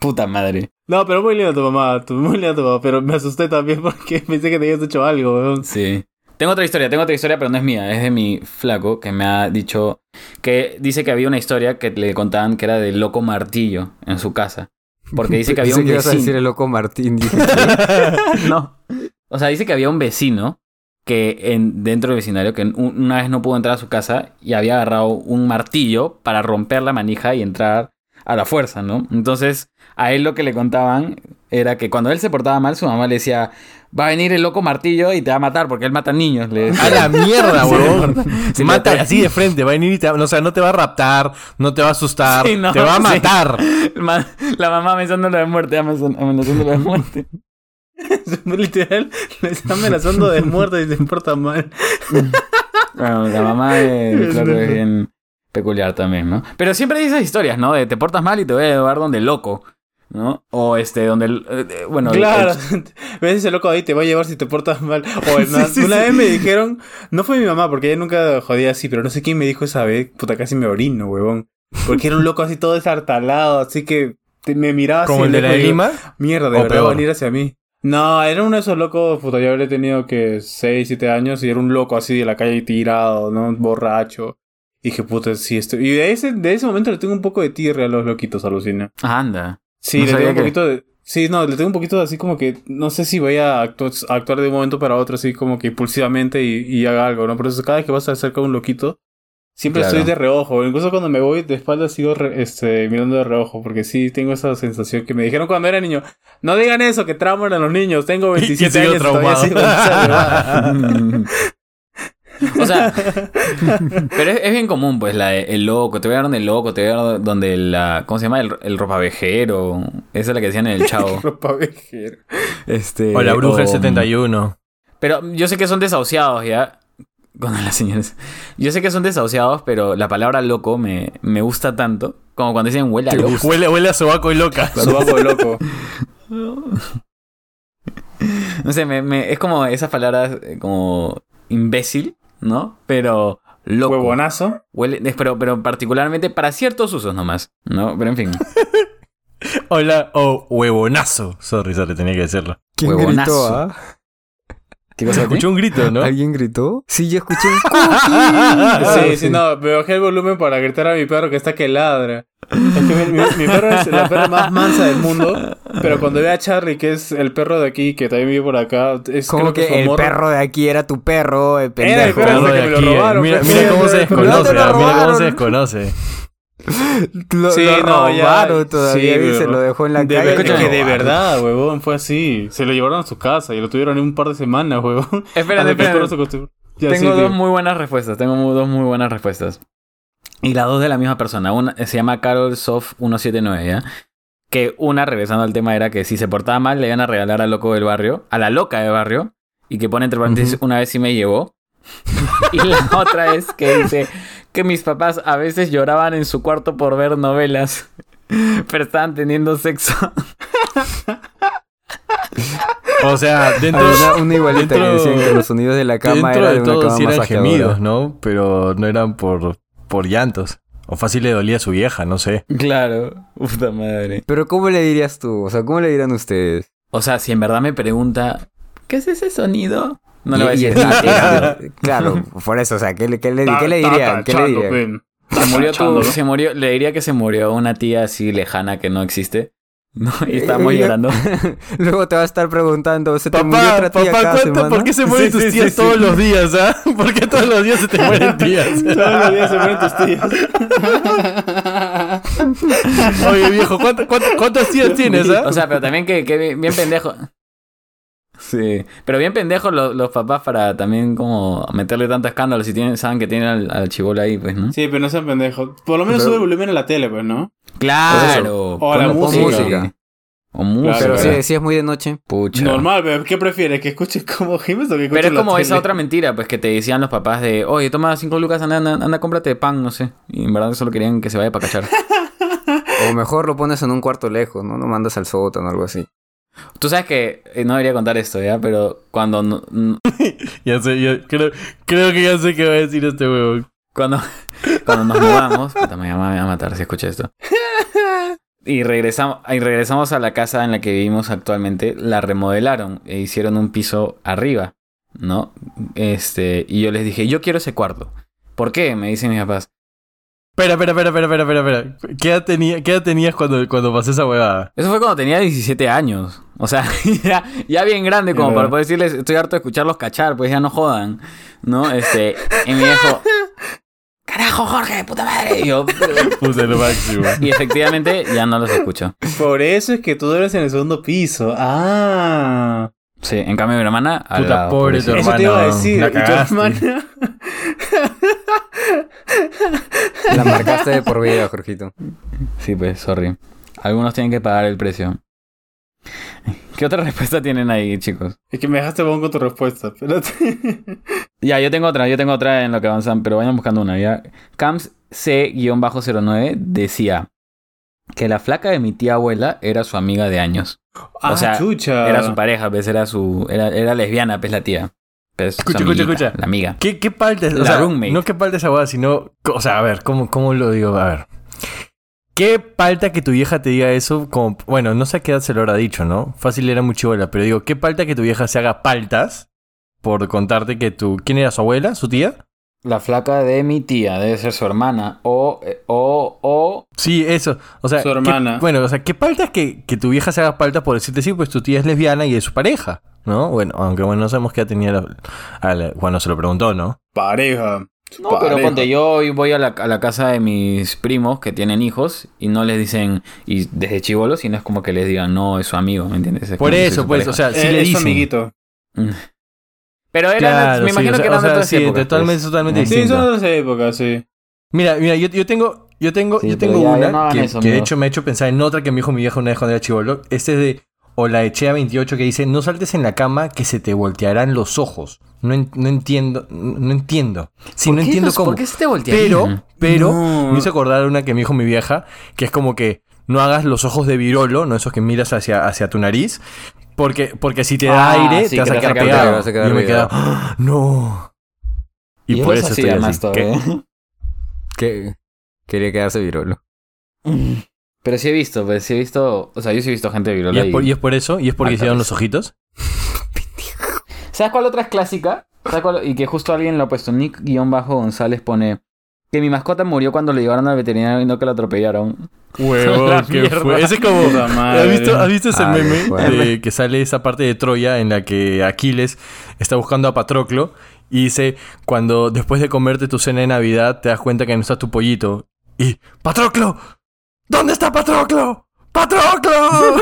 D: puta madre.
A: No, pero muy linda tu mamá, tu- <laughs> muy linda tu mamá, pero me asusté también porque <laughs> pensé que te habías hecho algo, weón. <laughs>
D: Sí. Tengo otra historia, tengo otra historia, pero no es mía, es de mi flaco que me ha dicho que dice que había una historia que le contaban que era del loco martillo en su casa. Porque dice que había un
B: que ibas a decir
D: vecino.
B: el loco Martín. dije.
D: <laughs> No. O sea, dice que había un vecino que en, dentro del vecindario que en- un- una vez no pudo entrar a su casa y había agarrado un martillo para romper la manija y entrar a la fuerza, ¿no? Entonces, a él lo que le contaban era que cuando él se portaba mal, su mamá le decía, va a venir el loco martillo y te va a matar porque él mata niños. Le
C: <laughs>
D: decía. <laughs>
C: A la mierda, huevón.
D: Sí,
C: Mata
D: mata.
C: así de frente, va a venir y te va- o sea, no te va a raptar, no te va a asustar,
D: Sí, no,
C: te va a
D: sí.
C: matar.
D: El ma- La mamá amenazándola de muerte, amenazan- amenazándola de muerte.
A: Literal, me está amenazando de muerte y te importa mal.
D: Bueno, Ah, la mamá de claro, es bien peculiar también, ¿no? Pero siempre hay esas historias, ¿no? De te portas mal y te voy a llevar donde el loco, ¿no? O este, donde el- eh, eh, bueno, el-
A: Claro,
D: el-
A: <laughs> me dice loco ahí, te va a llevar si te portas
C: <laughs>
A: mal. O en una, una vez me dijeron, no fue mi mamá, porque ella nunca jodía así, pero no sé quién me dijo esa vez, puta, casi me orino, huevón. Porque era un loco así todo desartalado, así que te- me miraba así.
C: Como el de la
A: lejos y yo,
C: lima.
A: Mierda, de
C: O
A: verdad va
C: peor.
A: a venir hacia mí. No, era uno de esos locos, puta, yo habría tenido que 6, 7 años y era un loco así de la calle tirado, ¿no? Borracho. Y dije, puta, sí, esto. Y de ese, de ese momento le tengo un poco de tirre a los loquitos, alucina.
D: Ah, Anda.
A: Sí,
D: No
A: le
D: sabía
A: tengo un
D: que-
A: poquito de. Sí, no, le tengo un poquito de así como que no sé si voy a actu- a actuar de un momento para otro así como que impulsivamente y, y haga algo, ¿no? Por eso cada vez que vas a cerca de un loquito, siempre
D: Claro.
A: estoy de reojo. Incluso cuando me voy de espalda sigo re- este, mirando de reojo porque sí tengo esa sensación que me dijeron cuando era niño. No digan eso, que trauman a los niños. Tengo
D: <laughs>
C: Y- y
A: 27
C: sigo
A: años y todavía
C: traumado.
A: sigo en esa huevada.
D: o sea,
A: <laughs>
D: pero es, es bien común, pues, la de el loco, te voy a llevar donde el loco, te voy a llevar donde la, ¿cómo se llama? El, el ropavejero. Esa es la que decían en el
A: <laughs>
D: chavo.
A: Ropa vejera.
D: Este,
C: O la bruja del
D: o-
C: 71.
D: Pero yo sé que son desahuciados ya. Con las señores. Yo sé que son desahuciados, pero la palabra loco me, me gusta tanto. Como cuando dicen huele a loco.
C: Huele, huele a sobaco y loca.
A: Sobaco de loco.
D: <laughs> No sé, me, me- es como esas palabras eh, como imbécil, ¿no? Pero loco.
A: Huevonazo.
D: Huele, es- pero, pero particularmente para ciertos usos nomás, ¿no? Pero en fin.
C: Hola, o huevonazo. oh, Sorry, sorry, tenía que decirlo.
B: ¿Quién
D: Huevonazo.
B: gritó, ah?
D: ¿Qué cosa,
C: Se
D: a ti?
C: escuchó un grito, ¿no? <laughs>
B: ¿Alguien gritó? Sí, yo escuché un cookie.
A: sí, sí, no, me bajé el volumen para gritar a mi perro que está que ladra. Es que mi, mi- mi perro es la perra más mansa del mundo, pero cuando ve a Charlie, que es el perro de aquí, que también vive por acá, es
B: Como
A: creo
B: que,
A: su
B: el
A: amor-
B: perro de aquí era tu perro, el pendejo.
A: Era el perro
C: Perro
A: hasta
C: de
A: que me lo
C: aquí, eh.
A: robaron,
C: mira,
A: pues.
C: mira
A: Sí,
C: cómo se
A: pero-
B: pero no
C: desconoce,
B: te lo
C: ah, mira cómo
B: robaron.
C: se <laughs> desconoce.
B: <laughs> Lo,
A: Sí,
B: lo
A: no, ya.
B: robaron todavía
A: Sí,
B: y se
A: pero-
B: lo dejó en la
A: De,
B: calle.
A: ver-
B: y lo
A: es que de
B: robaron.
A: verdad, huevón, fue así. Se lo llevaron a su casa y lo tuvieron un par de semanas, huevón. <laughs>
D: Espérate,
A: Hasta que el
D: espérate.
A: perro se acostumbró. Ya, sí,
D: Tengo
A: tío.
D: dos muy buenas respuestas. Tengo mu- dos muy buenas respuestas. Y las dos de la misma persona. Una eh, se llama Carol Soft 179, ¿ya? Que una, regresando al tema, era que si se portaba mal, le iban a regalar al loco del barrio, a la loca del barrio, y que pone entre paréntesis, una vez sí me llevó. <laughs> y la otra es que dice que mis papás a veces lloraban en su cuarto por ver novelas, <laughs> pero estaban teniendo sexo. <laughs>
C: O sea, dentro,
B: Había una, una igualita
C: dentro-
B: que decían que los sonidos de la cama
C: dentro
B: era
C: de
B: de una
C: todo
B: cama
C: sí eran
B: masajeadora.
C: gemidos, ¿no? Pero no eran por, por llantos. O fácil le dolía a su vieja, no sé.
D: Claro, puta madre.
B: Pero ¿cómo le dirías tú? O sea, ¿cómo le dirán ustedes?
D: O sea, si en verdad me pregunta, ¿qué es ese sonido? No
B: Y-
D: le voy a
B: y
D: decir
B: está-
D: nada.
B: es- <laughs> claro, por eso, o sea, ¿qué, le- qué le,
A: Ta-
B: qué le
A: ta-
B: dirían? ¿Qué le
A: tachando,
B: dirían?
A: pen.
D: Se murió
A: Tachando,
D: tu,
A: ¿no?
D: se murió, le diría que se murió una tía así lejana que no existe. No, y
A: <laughs>
D: estamos
B: Eh,
D: llorando.
B: <laughs> Luego te va a estar preguntando, se te murió otra tía cada semana. <laughs>
C: se
A: mueren tus tías todos
C: los días, ah? <laughs> ¿Por qué todos los días se te mueren
D: <laughs>
C: tías?
A: Todos los días se mueren tus tías. <laughs>
C: Oye, viejo, ¿cuántas, cuántas, tías tienes, ah?
A: ah?
D: O sea, pero también que, que bien, bien pendejo. Sí, pero bien pendejos los, los papás para también como meterle tanto escándalo si tienen, saben que tienen al, al chibolo ahí, pues, ¿no?
A: Sí, pero no sean pendejos. Por lo menos
B: Pero-
A: sube el volumen a la tele, pues, ¿no?
D: Claro.
A: O la
D: Pon- pon
A: música.
D: O música.
B: Pero
A: Claro,
B: sí, sí es muy de noche.
D: Pucha.
A: Normal, pero ¿qué prefieres? ¿Que escuches como Jiménez o que escuches
D: Pero es
A: la
D: como esa
A: tele?
D: otra mentira, pues que te decían los papás de, oye, toma cinco lucas, anda, anda, anda, cómprate pan, no sé. Y en verdad solo querían que se vaya para cachar.
B: O mejor lo pones en un cuarto lejos, ¿no? Lo mandas al sótano o algo así.
D: Tú sabes que eh, no debería contar esto, ¿ya? Pero cuando no- n-
C: Ya sé, ya- creo, creo que ya sé qué va a decir este huevo.
D: cuando, <laughs> cuando nos mudamos, puta, me, va, me va a matar si escucha esto. Y regresamos, y regresamos a la casa en la que vivimos actualmente, la remodelaron e hicieron un piso arriba, ¿no? Este, y yo les dije, yo quiero ese cuarto. ¿Por qué? Me dicen mis papás.
C: Espera, espera, espera, espera, espera, espera, espera. ¿Qué edad, tenía- qué edad tenías cuando, cuando pasé esa huevada?
D: Eso fue cuando tenía 17 años. O sea, <laughs> ya, ya bien grande, como
C: Claro.
D: para poder decirles, estoy harto de escucharlos cachar, pues ya no jodan. ¿No? Este. Y me dijo, carajo, Jorge, puta madre. Y yo,
C: Puse lo máximo.
D: y efectivamente, ya no los escucho.
A: Por eso es que tú duermes en el segundo piso. Ah.
D: Sí, en cambio, mi hermana. al
C: Puta
D: lado,
C: pobre tu
D: pobrecita.
A: Eso te iba a
C: hermana,
A: decir.
C: la
A: Y tu
C: cagaste.
A: hermana-
B: La marcaste de por vida, Jorgito.
D: Sí, pues, sorry. Algunos tienen que pagar el precio. ¿Qué otra <laughs> respuesta tienen ahí, chicos?
A: <laughs> Es que me dejaste bon con tu respuesta. <laughs> Espérate.
D: Ya, yo tengo otra, yo tengo otra en lo que avanzan, pero vayan buscando una. Ya. Camps C-09 decía que la flaca de mi tía abuela era su amiga de años.
A: Ah,
D: sea,
A: chucha.
D: Era
C: Ah.
D: su pareja, pues, era su. Era, era lesbiana, pues, la tía. Pues, su
C: Escucha, escucha,
D: amiguita,
C: escucha.
D: La amiga.
C: ¿Qué, qué palta es? O
D: La
C: sea,
D: roommate.
C: no qué palta esa huevada, sino. O sea, a ver, ¿cómo, ¿cómo lo digo? A ver. ¿Qué palta que tu vieja te diga eso? Como, bueno, no sé a qué edad se lo habrá dicho, ¿no? Fácil era muy chivola, pero digo, ¿qué palta que tu vieja se haga paltas por contarte que tu. ¿Quién era su abuela? ¿Su tía?
D: La flaca de mi tía, debe ser su hermana. O. eh, O. O.
C: Sí, eso. O sea,
A: Su
C: ¿qué-
A: hermana.
C: bueno, o sea, ¿qué palta que, que tu vieja se haga paltas por decirte sí? Pues tu tía es lesbiana y es su pareja, ¿no? Bueno, aunque bueno, no sabemos qué edad tenía la- a la- cuando se lo preguntó, ¿no?
A: pareja. Su
D: No, pero
A: pareja.
D: ponte, yo hoy voy a la, a la casa de mis primos que tienen hijos y no les dicen. Y desde chivolos, y no es como que les digan, no, es su amigo, ¿me entiendes? Es como
C: Por
D: que soy
C: eso,
D: su
C: pues,
D: pareja.
C: o sea, si
A: Eh,
C: le
A: es su
C: dicen.
A: amiguito.
D: Pero eran, me
C: sí,
D: imagino
C: o sea-
D: que eran
C: o sea,
D: de otras
C: sí,
D: épocas,
C: totalmente,
D: pues. Sí,
C: totalmente
A: Sí,
C: distinto.
A: son de esa época, sí.
C: Mira, mira, yo, yo tengo, yo tengo,
D: Sí,
C: yo
D: pero
C: tengo
D: ya- ya
C: una
D: no hagan
C: que,
D: eso,
C: que de
D: amigo.
C: hecho me ha hecho pensar en otra que me dijo mi viejo una vez cuando era chivolo. Este es de Olaechea 28 que dice, no saltes en la cama que se te voltearán los ojos. No, en- no entiendo, no entiendo. Sí, no
D: ¿Qué
C: entiendo
D: los-
C: cómo.
D: ¿Por qué se te voltearía?
C: Pero, pero,
A: No.
C: me hizo acordar una que me dijo mi vieja, que es como que no hagas los ojos de virolo, no esos que miras hacia, hacia tu nariz, porque, porque si te da
D: Ah,
C: aire,
D: sí,
C: te vas
D: que
C: a
D: te vas a
C: quedar
D: quedar
C: pegado.
B: pegado, vas a quedar
C: Yo me quedaba,
B: pegado.
C: "Ah, no. Y,
D: Yo
C: por
D: los
C: eso
D: hacía
C: estoy así.
D: más
C: ¿Qué?
D: todavía.
B: Que quería quedarse virolo.
D: ¿eh? <laughs> Pero sí he visto, pues sí he visto. O sea, yo sí he visto gente
C: ¿Y
D: virola.
C: es, por, y es por eso? ¿Y es porque
D: Ah,
C: hicieron
D: tal
C: los ojitos?
D: ¿Sabes cuál otra es clásica? ¿Sabes cuál- Y que justo alguien lo ha puesto. Nick-González pone que mi mascota murió cuando le llevaron al veterinario y no que la atropellaron.
C: <laughs> Huevo,
D: La
C: que
D: mierda.
C: fue. Ese es como.
A: Puta
C: ¿Has
A: madre.
C: visto, has visto ese
B: Ah,
C: meme
B: bueno.
C: de que sale esa parte de Troya en la que Aquiles está buscando a Patroclo y dice: Cuando después de comerte tu cena de Navidad te das cuenta que no está tu pollito. Y. ¡Patroclo! ¿Dónde está Patroclo? ¡Patroclo!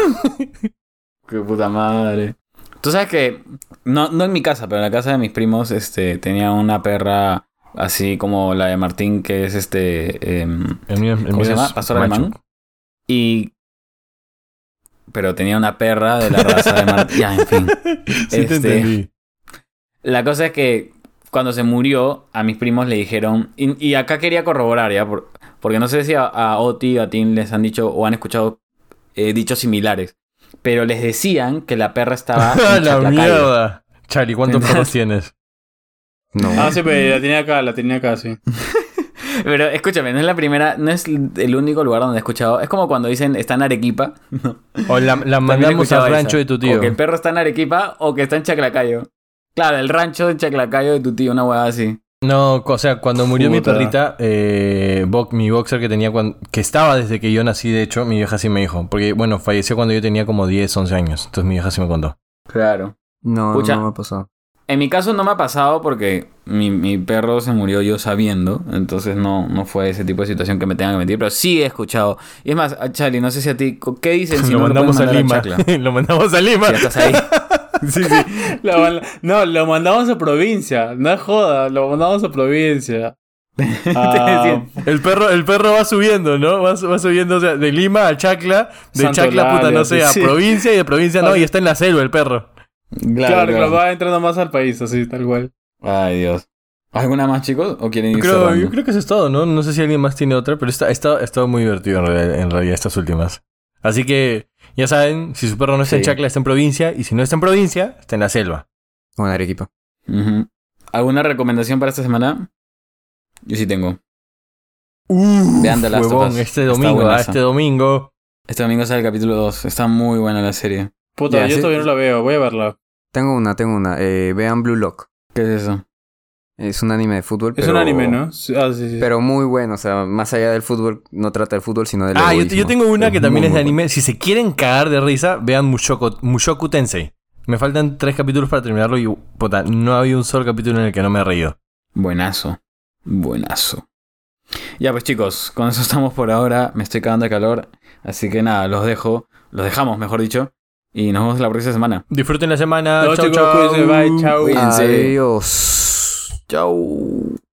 D: Qué puta madre. Tú sabes que, no, no en mi casa, pero en la casa de mis primos, este, tenía una perra así como la de Martín, que es este, em,
C: <laughs> El mío- el mío
D: ¿cómo se
C: es
D: llama? Pastor
C: macho.
D: alemán. Y... Pero tenía una perra de la raza de
C: <laughs>
D: Martín. Ya, en fin.
C: <laughs> Sí, te
D: Este,
C: entendí.
D: La cosa es que cuando se murió, a mis primos le dijeron, y, y acá quería corroborar, ya, por- porque no sé si a, a Oti o a Tim les han dicho o han escuchado eh, dichos similares, pero les decían que la perra
C: <laughs>
D: estaba...
C: ¡Ah,
D: en
C: la
D: Chaclacayo.
C: mierda!
D: <laughs>
C: Charlie, ¿cuántos
D: ¿Entendés?
C: perros tienes?
B: No.
A: Ah, sí, pero la tenía acá, la tenía acá, sí.
D: Pero escúchame, no es la primera, no es el único lugar donde he escuchado, es como cuando dicen está en Arequipa.
C: O la, la
D: También he
C: mandamos
D: escuchado
C: al
D: esa.
C: rancho de tu tío.
D: O que el perro está en Arequipa o que está en Chaclacayo. Claro, el rancho de Chaclacayo de tu tío, una hueá así.
C: No, o sea, cuando murió mi
A: Puta.
C: perrita, eh, bo- mi boxer que tenía cuando, que estaba desde que yo nací, de hecho, mi vieja sí me dijo. Porque, bueno, falleció cuando yo tenía como 10, 11 años. Entonces mi vieja sí me contó.
D: Claro.
B: No,
D: Pucha.
B: no me ha pasado.
D: En mi caso no me ha pasado porque mi, mi perro se murió yo sabiendo, entonces no, no fue ese tipo de situación que me tengan que mentir, pero sí he escuchado. Y es más, a Charlie, no sé si a ti, ¿qué dicen si
C: lo
D: no lo pueden
C: mandamos a
D: mandar
C: Lima.
D: Chacla?
C: <laughs> lo mandamos a Lima.
D: Si estás ahí.
C: <laughs> sí, sí.
A: <laughs> La man- no, lo mandamos a provincia. No es joda, lo mandamos a <laughs> provincia. Ah,
C: El perro, el perro va subiendo, ¿no? Va, su- va subiendo o sea, de Lima a Chacla, de
A: Santo
C: Chacla, puta, no
A: Lalo,
C: sé, a
A: sí.
C: provincia y de provincia no, y está en la selva el perro.
A: claro, claro, va entrando más al país, así, tal cual.
D: Ay, Dios. ¿Alguna más, chicos? ¿O quieren ir
C: Yo creo,
D: cerrando?
C: yo creo que eso es todo, ¿no? No sé si alguien más tiene otra, pero está, está, ha estado muy divertido en realidad, en realidad estas últimas. Así que, ya saben, si su perro no está en
D: Sí.
C: Chacla, está en provincia, y si no está en provincia, está en la selva.
B: O en Arequipa.
D: Ujú. ¿Alguna recomendación para esta semana? Yo sí tengo.
C: Uh,
D: Vean The Last of Us.
C: este
D: Está
C: domingo, ah,
D: buenaza.
C: este domingo.
D: Este domingo sale el capítulo 2. Está muy buena la serie.
A: Puta,
D: Ya,
A: yo
D: sí.
A: todavía no la veo, voy a verla.
B: Tengo una, tengo una. Eh, vean Blue Lock.
D: ¿Qué es eso?
B: Es un anime de fútbol.
A: Es
B: pero-
A: un anime, ¿no? Sí, Ah, sí, sí.
B: Pero muy bueno, o sea, más allá del fútbol, no trata del fútbol, sino del
C: Ah, yo,
B: egoísmo.
C: yo tengo una
B: Es
C: que
B: muy,
C: también es de
B: muy
C: anime. Si se quieren cagar de risa, vean Mushoku, Mushoku Tensei. Me faltan tres capítulos para terminarlo y, puta, no había un solo capítulo en el que no me he reído.
D: Buenazo. Buenazo. Ya pues chicos, con eso estamos por ahora. Me estoy cagando de calor. Así que nada, los dejo. Los dejamos, mejor dicho. Y nos vemos la próxima semana.
C: Disfruten la semana.
A: No,
C: chau,
A: chicos,
C: chau.
A: cuídense, bye, chao.
B: bueno.
D: Cuídense.
B: Adiós.
D: Chau.